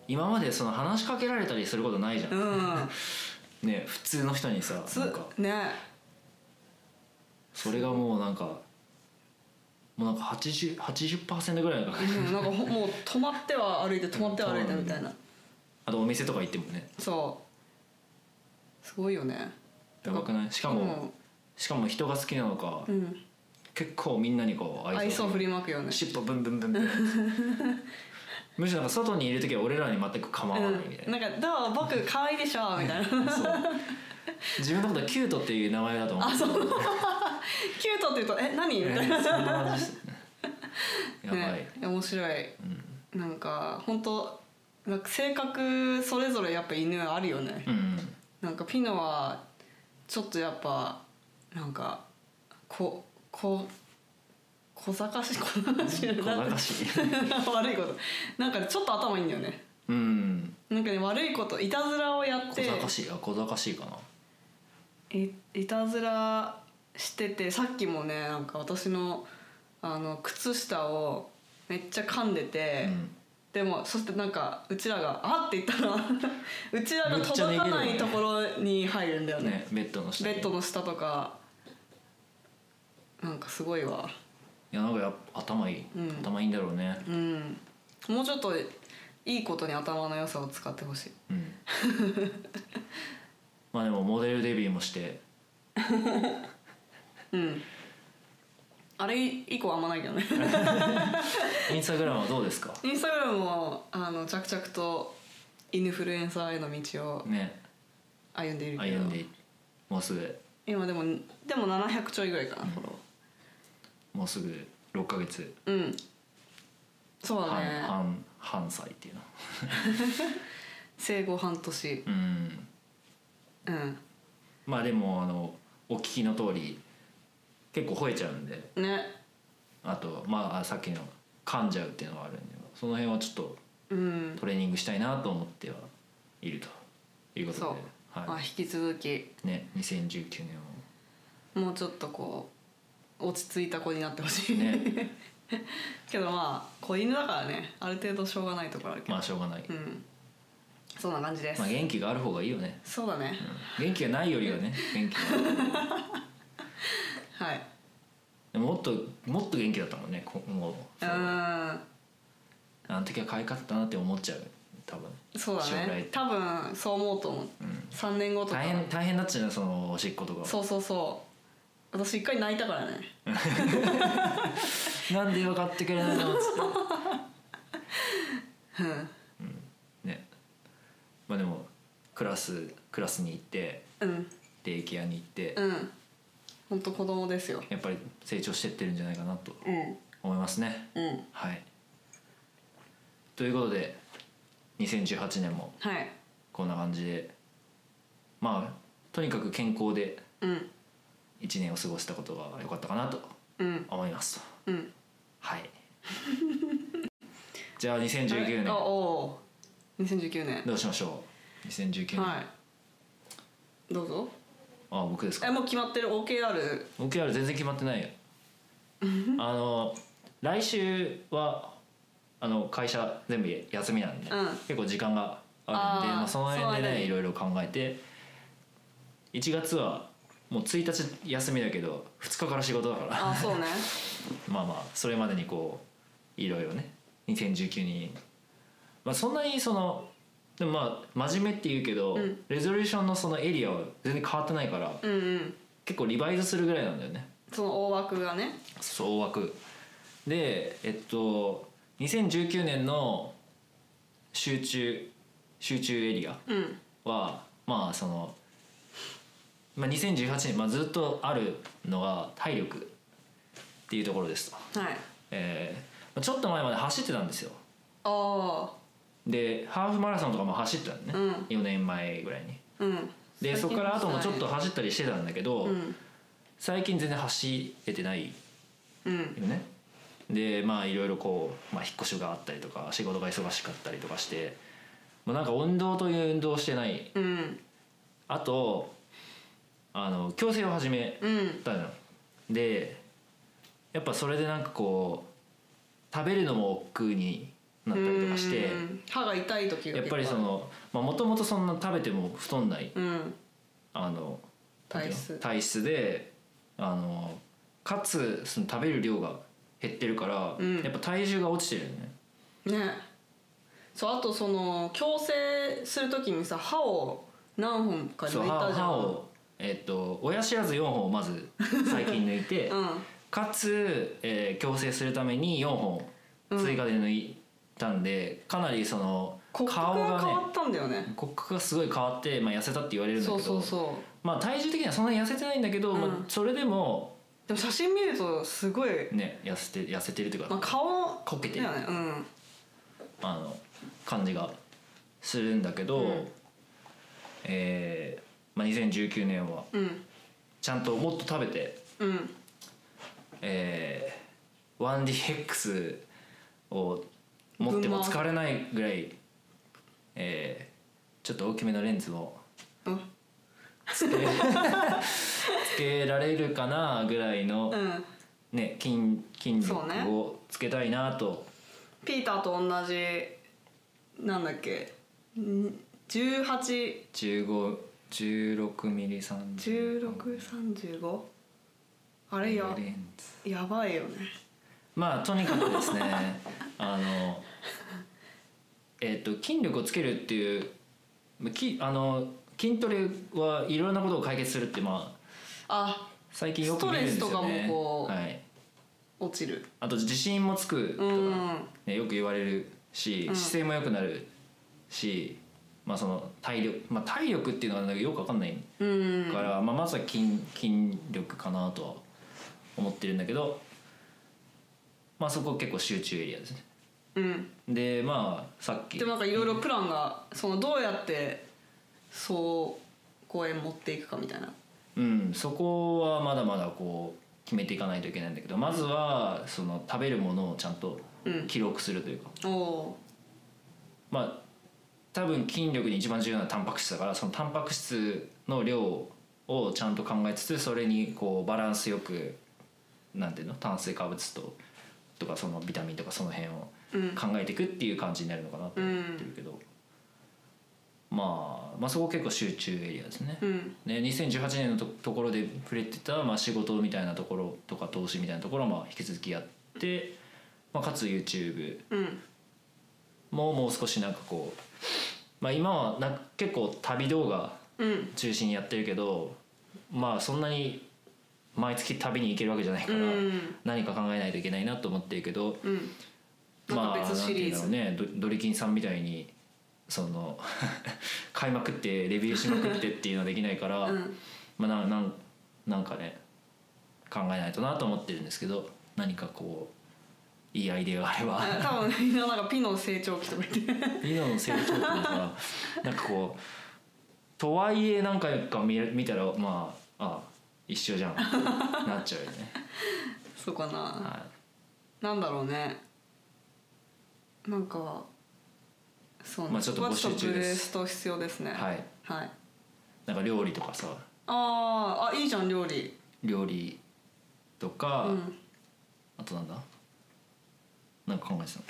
Speaker 2: 今までその話しかけられたりすることないじゃん
Speaker 1: う。ん
Speaker 2: ね普通の人にさ
Speaker 1: つ
Speaker 2: なんか
Speaker 1: ね
Speaker 2: それがもうなんかもうなんか 80%, 80ぐらいの確率
Speaker 1: うんなんかほもう止まっては歩いて止まっては歩いてみたいな
Speaker 2: あとお店とか行ってもね
Speaker 1: そうすごいよね
Speaker 2: やばくないしかも、しかも人が好きなのか、
Speaker 1: うんうん
Speaker 2: 結構みんなにこう
Speaker 1: 愛想
Speaker 2: を
Speaker 1: 振りまくよね
Speaker 2: 尻尾ブンブンブ ンブンむしろなんか外にいる時は俺らに全く構わないみたい
Speaker 1: うん、
Speaker 2: な、
Speaker 1: なんか「どう僕可愛いでしょ」みたいな
Speaker 2: そう自分のことはキュートっていう名前だと思ってた
Speaker 1: キュートって言うと「え何?」みたいな、
Speaker 2: ねそんな感じですねやばい、
Speaker 1: ね、面白い
Speaker 2: うん
Speaker 1: なんか本当なんか性格それぞれやっぱ犬あるよね、
Speaker 2: うん
Speaker 1: なんかピノはちょっとやっぱなんかここ小賢しい小賢しい
Speaker 2: 小
Speaker 1: なん
Speaker 2: 賢
Speaker 1: て
Speaker 2: しい
Speaker 1: 悪いことなんかちょっと頭いいんだよね
Speaker 2: うん
Speaker 1: なんかね悪いこといたずらをやっ
Speaker 2: 小
Speaker 1: て
Speaker 2: 賢しいあ小賢しいかない
Speaker 1: いたずらしててさっきもねなんか私のあの靴下をめっちゃ噛んでて、
Speaker 2: うん
Speaker 1: でもそしてなんかうちらが「あっ!」って言ったら うちらが届かないところに入るんだよね
Speaker 2: ねベッドの下
Speaker 1: ベ
Speaker 2: に
Speaker 1: ッドの下とかなんかすごいわ
Speaker 2: いやなんかやっぱ頭いい、
Speaker 1: うん
Speaker 2: 頭いいんだろうね
Speaker 1: うんもうちょっといいことに頭の良さを使ってほしい
Speaker 2: うん まあでもモデルデビューもして
Speaker 1: うんあれ以降あんまないけ どね
Speaker 2: インスタグラムはどうですか
Speaker 1: インスタグラムもあの着々とインフルエンサーへの道を
Speaker 2: ね
Speaker 1: 歩んでいるけど
Speaker 2: 歩んでもうすぐ
Speaker 1: 今でもでも700ちょいぐらいかな、フォロ
Speaker 2: もうすぐ6ヶ月
Speaker 1: ーうんそうだ
Speaker 2: 半
Speaker 1: ね
Speaker 2: 半半歳っていうの
Speaker 1: 生後半年
Speaker 2: うん
Speaker 1: うん
Speaker 2: まあでもあのお聞きの通り結構吠えちゃうんで
Speaker 1: ね
Speaker 2: あとまあさっきの噛んじゃうっていうのはあるんでその辺はちょっと
Speaker 1: うん
Speaker 2: トレーニングしたいなと思ってはいるということで
Speaker 1: そう、ま
Speaker 2: は
Speaker 1: あ引き続き
Speaker 2: いね、2019年も
Speaker 1: もうちょっとこう落ち着いた子になってほしい、
Speaker 2: ね
Speaker 1: けどまあ子犬だからねある程度しょうがないところあるけど、
Speaker 2: まあしょうがない、
Speaker 1: うんそんな感じです、
Speaker 2: まあ、元気がある方がいいよね、
Speaker 1: そうだね、
Speaker 2: うん元気がないよりはね元気が
Speaker 1: はい
Speaker 2: でももっともっと元気だったもんね今後
Speaker 1: うー
Speaker 2: あの時は可愛かったなって思っちゃう多分
Speaker 1: んそうだ
Speaker 2: 将来
Speaker 1: ね多分そう思うと思う、三3年後とか
Speaker 2: 大変大変だっちゃうねそのおしっことか
Speaker 1: そうそうそう私一回泣いたからね
Speaker 2: なんで分かってくれな いのっつって
Speaker 1: うん
Speaker 2: ねまあでもクラスクラスに行って
Speaker 1: うん
Speaker 2: デイケアに行って、
Speaker 1: うん本当子供ですよ
Speaker 2: やっぱり成長してってるんじゃないかなと
Speaker 1: うん
Speaker 2: 思いますね
Speaker 1: うん
Speaker 2: はいということで2018年も
Speaker 1: はい
Speaker 2: こんな感じでまあとにかく健康で
Speaker 1: うん
Speaker 2: 1年を過ごしたことが良かったかなと
Speaker 1: うん
Speaker 2: 思います
Speaker 1: うん
Speaker 2: はい じゃあ2019
Speaker 1: あ
Speaker 2: 年
Speaker 1: おお2019年
Speaker 2: どうしましょう2019年、
Speaker 1: はいどうぞ
Speaker 2: あ僕ですか
Speaker 1: えもう決まってる OKR
Speaker 2: 僕やる全然決まっ てないよあの来週はあの会社全部休みなんで、
Speaker 1: うん
Speaker 2: 結構時間があるん
Speaker 1: あ
Speaker 2: で
Speaker 1: ー
Speaker 2: まあ、その辺で
Speaker 1: そうだ
Speaker 2: ね
Speaker 1: ね
Speaker 2: いろいろ考えて1月はもう1日休みだけど2日から仕事だから
Speaker 1: あそうね
Speaker 2: まあまあそれまでにこういろいろね2019に、まあ、そんなにそのでもまあ真面目って言うけど、
Speaker 1: うん
Speaker 2: レゾリューションのそのエリアは全然変わってないから
Speaker 1: うんうん
Speaker 2: 結構リバイズするぐらいなんだよね
Speaker 1: その大枠がね
Speaker 2: 総枠でえっと2019年の集中集中エリア
Speaker 1: うん
Speaker 2: はまあその、まあ、2018年、まあ、ずっとあるのが体力っていうところですと、
Speaker 1: はい
Speaker 2: えーまあちょっと前まで走ってたんですよ
Speaker 1: あ
Speaker 2: でハーフマラソンとかも走ってたのね、
Speaker 1: うん
Speaker 2: 4年前ぐらいに
Speaker 1: あうん
Speaker 2: でそこから後もちょっと
Speaker 1: は
Speaker 2: 走ったりしてたんだけど、
Speaker 1: うん
Speaker 2: 最近全然走れてない
Speaker 1: うん
Speaker 2: よねでまあいろいろこう、まあ、引っ越しがあったりとか仕事が忙しかったりとかしてもうなんか運動という運動をしてない
Speaker 1: うん
Speaker 2: あとあの矯正を始め
Speaker 1: うん
Speaker 2: たじゃんでやっぱそれでなんかこう食べるのも億劫になったりとかして
Speaker 1: うん歯が痛い時が
Speaker 2: や
Speaker 1: 結
Speaker 2: っ
Speaker 1: 構
Speaker 2: ぱりそのもともとそんな食べても太んない
Speaker 1: うん
Speaker 2: あの
Speaker 1: 体質
Speaker 2: 体質であのかつその食べる量が減ってるから、
Speaker 1: うん
Speaker 2: やっぱ体重が落ちてるよね
Speaker 1: ねそうあとその矯正する時にさ歯を何本か
Speaker 2: そう
Speaker 1: 抜い
Speaker 2: 歯
Speaker 1: たじゃん
Speaker 2: 歯を、えっと親知らず4本をまず最近抜いて、
Speaker 1: うん
Speaker 2: かつ、えー矯正するために4本追加で抜いたんで、かなりその
Speaker 1: 骨
Speaker 2: 顔
Speaker 1: 格が
Speaker 2: が
Speaker 1: 変
Speaker 2: ね
Speaker 1: わったんだよね
Speaker 2: 骨格がすごい変わって、まあ、痩せたって言われるんだけ
Speaker 1: そ
Speaker 2: ど
Speaker 1: うそうそう
Speaker 2: まあ、体重的にはそんなに痩せてないんだけど、
Speaker 1: うん
Speaker 2: まあ、それでも、
Speaker 1: でも写真見るとすごい、
Speaker 2: ね、痩せて痩せてるというか、
Speaker 1: まあ、顔
Speaker 2: こけて
Speaker 1: だ
Speaker 2: る
Speaker 1: よねうん
Speaker 2: あの感じがするんだけど、
Speaker 1: うん
Speaker 2: えーまあ、2019年は
Speaker 1: うん
Speaker 2: ちゃんともっと食べて。
Speaker 1: うん
Speaker 2: えー、1DX を持っても疲れないぐらい、えーちょっと大きめのレンズを
Speaker 1: うん
Speaker 2: つ けつけられるかなぐらいの、
Speaker 1: うん
Speaker 2: ね、筋筋力
Speaker 1: そうね
Speaker 2: をつけたいなと
Speaker 1: ピーターと同じなんだっけ181635
Speaker 2: 1516ミリ三
Speaker 1: あれや
Speaker 2: レンズ
Speaker 1: やばいよね
Speaker 2: まあとにか くですねあのえっ、と筋力をつけるっていうきあの筋トレはいろんなことを解決するってまあ
Speaker 1: あ
Speaker 2: 最近よく見るんですよ
Speaker 1: ストレ
Speaker 2: ね
Speaker 1: スとかもこう
Speaker 2: はい、
Speaker 1: 落ちる
Speaker 2: あと自信もつくと
Speaker 1: う
Speaker 2: か、
Speaker 1: ん
Speaker 2: ね、よく言われるし、
Speaker 1: うん
Speaker 2: 姿勢も良くなるし、まあ、その体力、まあ、体力っていうのはなんかよく分かんない
Speaker 1: うん
Speaker 2: から、まあ、まずは筋筋力かなとは思ってるんだけど、まあ、そこ結構集中エリアですね
Speaker 1: うん
Speaker 2: でまあさっき
Speaker 1: でもなんかいろいろプランがそのどうやってそう公演持っていくかみたいな
Speaker 2: うん、そこはまだまだこう決めていかないといけないんだけどまずはその食べるものをちゃんと
Speaker 1: うん
Speaker 2: 記録するというか、
Speaker 1: おお
Speaker 2: まあ多分筋力に一番重要なのはタンパク質だからそのタンパク質の量をちゃんと考えつつそれにこうバランスよくなんていうの炭水化物ととかそのビタミンとかその辺を
Speaker 1: ーうん
Speaker 2: 考えていくっていう感じになるのかなと
Speaker 1: う
Speaker 2: 思
Speaker 1: ん
Speaker 2: ってるけど、まあ、まあそこ結構集中エリアですね。
Speaker 1: うん
Speaker 2: ね、2018年のとところで触れてた、まあ、仕事みたいなところとか投資みたいなところも引き続きやって、まあ、かつ YouTube
Speaker 1: うん
Speaker 2: ももう少しなんかこう、まあ、今はなんか結構旅動画
Speaker 1: うん
Speaker 2: 中心にやってるけどまあそんなに毎月旅に行けるわけじゃないか
Speaker 1: う
Speaker 2: ら、
Speaker 1: ん
Speaker 2: 何か考えないといけないなと思ってるけど
Speaker 1: うん
Speaker 2: まあ
Speaker 1: なんか別シリーズ
Speaker 2: なんていうんだろうねドドリキンさんみたいにその 買いまくってレビューしまくってっていうのはできないから。
Speaker 1: うん
Speaker 2: まあ、なんなんなんかね考えないとなと思ってるんですけど何かこういいアイデアがあ れば
Speaker 1: あ多分みんななんかピの成長期とか言って
Speaker 2: リノの成長とかなんかこうとはいえなんか見見たらまああ一緒 じゃんなっちゃうよね。
Speaker 1: そうかな
Speaker 2: は
Speaker 1: なんだろうねなんかそうね
Speaker 2: まあちょっと募
Speaker 1: そこはちょ
Speaker 2: 集中です
Speaker 1: っとブレスト必要ですね
Speaker 2: い、
Speaker 1: い、
Speaker 2: はい、
Speaker 1: はい、
Speaker 2: なんか料理とかさ
Speaker 1: あーあいいじゃん料理
Speaker 2: 料理と
Speaker 1: う
Speaker 2: か、
Speaker 1: ん
Speaker 2: あとなんだなんか考えてたの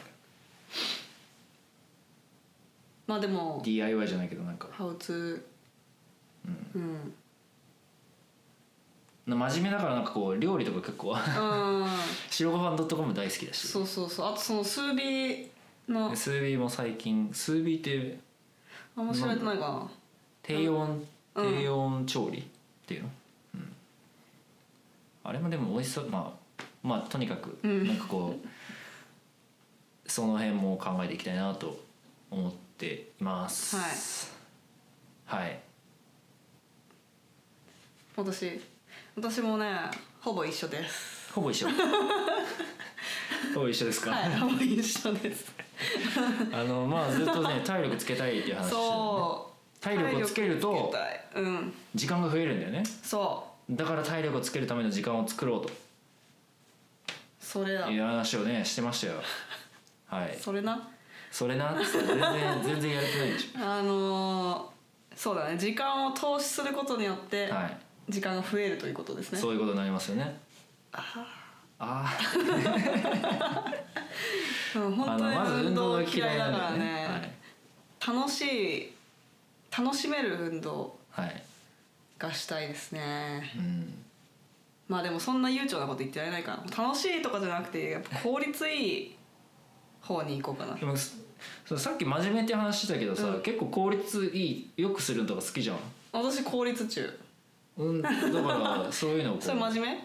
Speaker 1: まあでも
Speaker 2: DIY じゃないけどなんか
Speaker 1: ハウツーうん
Speaker 2: 真面目だからなんかこう料理とか結構
Speaker 1: うん
Speaker 2: 白ご飯 .com 大好きだし
Speaker 1: そうそうそうあとその数ビの
Speaker 2: スービーも最近スービーって
Speaker 1: あんま知られてないか
Speaker 2: 低温、
Speaker 1: うん
Speaker 2: 低温調理っていうの、うんあれもでも美味しそうまあまあとにかく
Speaker 1: うん
Speaker 2: なんかこう、その辺も考えていきたいなと思っていますはい、
Speaker 1: な私私もねほぼ一緒です
Speaker 2: ほぼ一緒ほぼ一緒ですか、
Speaker 1: はいほぼ一緒です
Speaker 2: あのまあずっ とね体力つけたいっていう話してたのね
Speaker 1: そう
Speaker 2: 体力をつけ
Speaker 1: 体
Speaker 2: る
Speaker 1: 力
Speaker 2: と
Speaker 1: つけたいうん
Speaker 2: 時間が増えるんだよね
Speaker 1: そ
Speaker 2: だから体力をつけるための時間を作ろうと
Speaker 1: うそれだ
Speaker 2: いう話をねして ましたよはい
Speaker 1: それな
Speaker 2: それなっつって全然全然やれてないでし
Speaker 1: あのーそうだね時間を投資することによ って
Speaker 2: ょはい
Speaker 1: 時間が増えるということですね
Speaker 2: そういうことになりますよねああ
Speaker 1: うん
Speaker 2: あ
Speaker 1: 本
Speaker 2: の
Speaker 1: 当
Speaker 2: まず
Speaker 1: に
Speaker 2: 運
Speaker 1: 運
Speaker 2: 動
Speaker 1: 動
Speaker 2: が
Speaker 1: 嫌
Speaker 2: 嫌
Speaker 1: い
Speaker 2: い
Speaker 1: だ
Speaker 2: な
Speaker 1: か
Speaker 2: んだ
Speaker 1: ら
Speaker 2: よね
Speaker 1: ね楽しい楽しめる運動
Speaker 2: はい、はい
Speaker 1: がしたいですね
Speaker 2: うん、
Speaker 1: まあでもそんな悠長なこと言ってられないから楽しいとかじゃなくてやっぱ効率いい方に行こうかな
Speaker 2: でもそそさっき真面目って話してたけどさ、
Speaker 1: うん
Speaker 2: 結構効率いいよくするのとか好きじゃん、
Speaker 1: 私効率中
Speaker 2: うん、だからそういうのをこう
Speaker 1: それ真面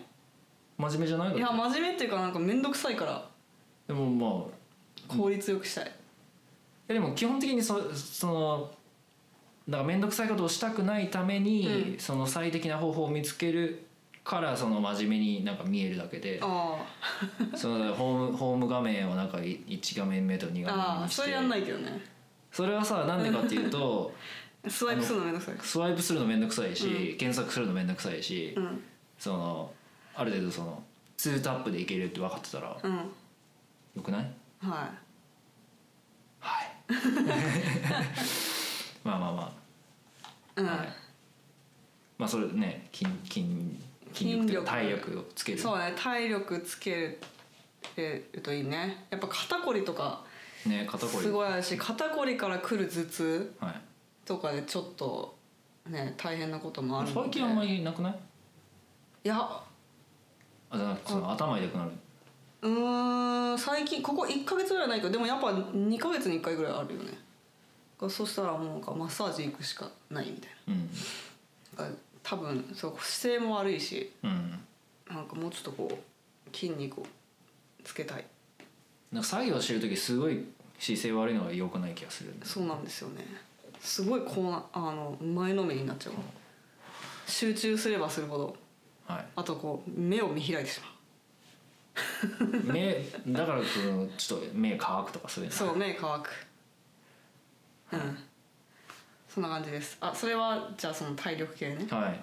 Speaker 2: 真面目じゃないの
Speaker 1: 目いや真面目っていうかなんか面倒くさいから
Speaker 2: でもまあ
Speaker 1: 効率よくしたい
Speaker 2: えでも基本的にそそのなんか面倒くさいことをしたくないために、
Speaker 1: うん
Speaker 2: その最適な方法を見つけるからその真面目になんか見えるだけ で
Speaker 1: あ
Speaker 2: そのホームホーム画面をなんかい1画面目と2
Speaker 1: ー
Speaker 2: 画面目
Speaker 1: あー
Speaker 2: にして
Speaker 1: それやんないけどね
Speaker 2: それはさなんでかっていうと
Speaker 1: スワイプするのめんどくさい
Speaker 2: スワイプするの面倒くさいし、
Speaker 1: う
Speaker 2: 検索するの面倒くさいし、
Speaker 1: うん
Speaker 2: そのある程度その2タップでいけるって分かってたら
Speaker 1: うん
Speaker 2: よくない
Speaker 1: は
Speaker 2: はいまあまあま
Speaker 1: い、う
Speaker 2: あ、
Speaker 1: ん
Speaker 2: はい、まあそれね筋筋筋力というか
Speaker 1: 筋
Speaker 2: 体
Speaker 1: 力
Speaker 2: 力をつける
Speaker 1: そうね体力つけるれるといいねやっぱ肩こりとか
Speaker 2: ね肩こり
Speaker 1: すごいあるし肩こりから来る頭痛
Speaker 2: はい
Speaker 1: とかでちょっとね大変なこともあるので
Speaker 2: 最近あんま
Speaker 1: い
Speaker 2: りなくない
Speaker 1: や
Speaker 2: あじゃなくてその頭痛くなる
Speaker 1: うーん最近ここ1か月ぐらいないけどでもやっぱ2か月に1回ぐらいあるよねそしたらもうなんかマッサージ行くしかないみたい
Speaker 2: うん
Speaker 1: ななんか多分そう姿勢も悪いし
Speaker 2: うん
Speaker 1: なんかもうちょっとこう筋肉をつけたい
Speaker 2: なんか作業してる時すごい姿勢悪いのが良くない気がする
Speaker 1: そうなんですよねすごいこうなあの前のめりになっちゃう集中すればするほど
Speaker 2: はい
Speaker 1: あとこう目を見開いてしま
Speaker 2: 目だからそのちょっと目乾くとかそういう
Speaker 1: う
Speaker 2: の
Speaker 1: そう目乾くうんそんな感じですあそれはじゃあその体力系ね
Speaker 2: はい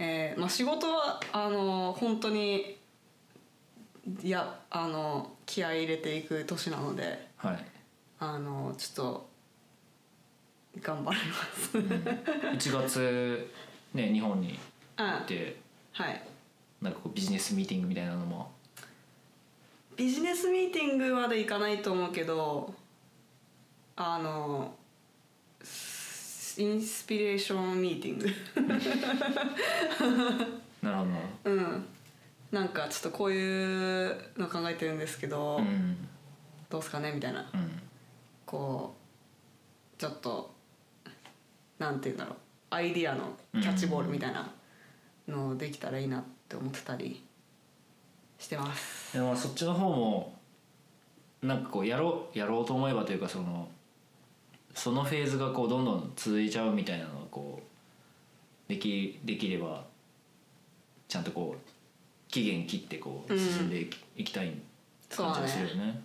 Speaker 1: えーまあ、仕事はあの本当にいやあの気合い入れていく年なので
Speaker 2: はい、
Speaker 1: あのちょっと頑張ります。
Speaker 2: うん、1月ね日本に行
Speaker 1: あ
Speaker 2: って
Speaker 1: はい、
Speaker 2: なんかこうビジネスミーティングみたいなのも
Speaker 1: ビジネスミーティングまでいかないと思うけどあのスインスピレーションミーティング
Speaker 2: なるほどな
Speaker 1: うんなんかちょっとこういうの考えてるんですけど、
Speaker 2: うん
Speaker 1: どうすかねみたいな
Speaker 2: うん
Speaker 1: こうちょっとなんて言うんだろうアイディアのキャッチボールみたいなのできたらいいなって思ってたりしてます。
Speaker 2: でもまあそっちの方もなんかこうやろうやろうと思えばというかそのそのフェーズがこうどんどん続いちゃうみたいなのがこうできできればちゃんとこう期限切ってこ
Speaker 1: う
Speaker 2: うん進んでいき,、たい
Speaker 1: そう
Speaker 2: 感じ
Speaker 1: だ
Speaker 2: がするよ
Speaker 1: ね。
Speaker 2: ね。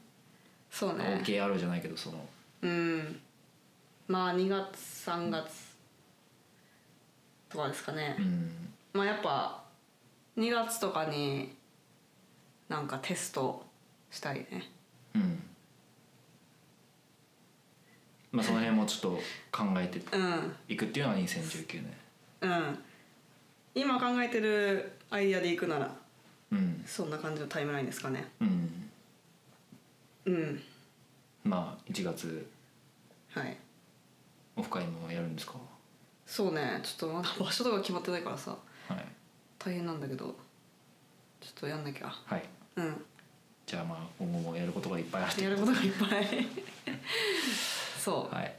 Speaker 1: そうね。
Speaker 2: OKR じゃないけどその
Speaker 1: うん。まあ2月3月とかですかね
Speaker 2: う。ん
Speaker 1: まあやっぱ2月とかになんかテストしたいね。
Speaker 2: うんまあその辺もちょっと考えて
Speaker 1: うん。
Speaker 2: いくっていうのが2019年
Speaker 1: うん。今考えてるアイディアでいくなら
Speaker 2: うん
Speaker 1: そんな感じのタイムラインですかね。
Speaker 2: うん
Speaker 1: うん
Speaker 2: まあ1月
Speaker 1: はい
Speaker 2: オフ会もやるんですか
Speaker 1: そうねちょっとまだ 場所とか決まってないからさ
Speaker 2: はい
Speaker 1: 大変なんだけどちょっとやんなきゃ
Speaker 2: はい
Speaker 1: うん
Speaker 2: じゃあまあ今後もやることがいっぱいあると
Speaker 1: やることがいっぱい そう、
Speaker 2: はい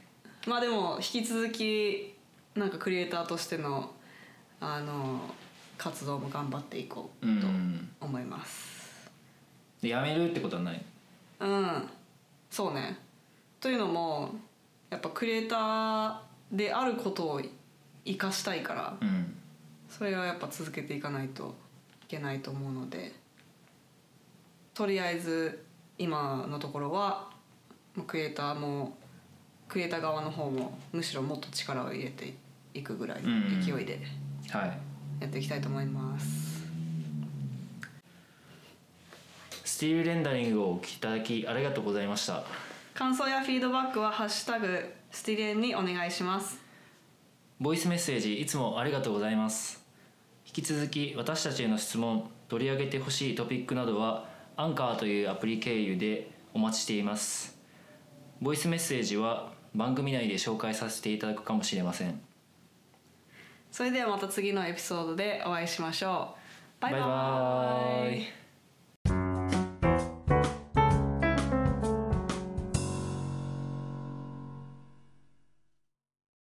Speaker 1: まあでも引き続きなんかクリエイターとしてのあの活動も頑張っていこう
Speaker 2: う
Speaker 1: と
Speaker 2: ん
Speaker 1: 思います
Speaker 2: でやめるってことはない
Speaker 1: うん、そうねというのもやっぱクリエイターであることを生かしたいから
Speaker 2: うん
Speaker 1: それはやっぱ続けていかないといけないと思うのでとりあえず今のところはまあクリエイターもクリエイター側の方もむしろもっと力を入れていくぐらい
Speaker 2: うんうん
Speaker 1: の勢いで
Speaker 2: はい
Speaker 1: やっていきたいと思います。
Speaker 2: スティールレンダリングをお聞きいただきありがとうございました
Speaker 1: 感想やフィードバックは「ハッシュタグスティレン」にお願いします。
Speaker 2: ボイスメッセージいつもありがとうございます引き続き私たちへの質問取り上げてほしいトピックなどはアンカーというアプリ経由でお待ちしていますボイスメッセージは番組内で紹介させていただくかもしれません
Speaker 1: それではまた次のエピソードでお会いしましょう。バイバ
Speaker 2: バイバーイ
Speaker 1: イ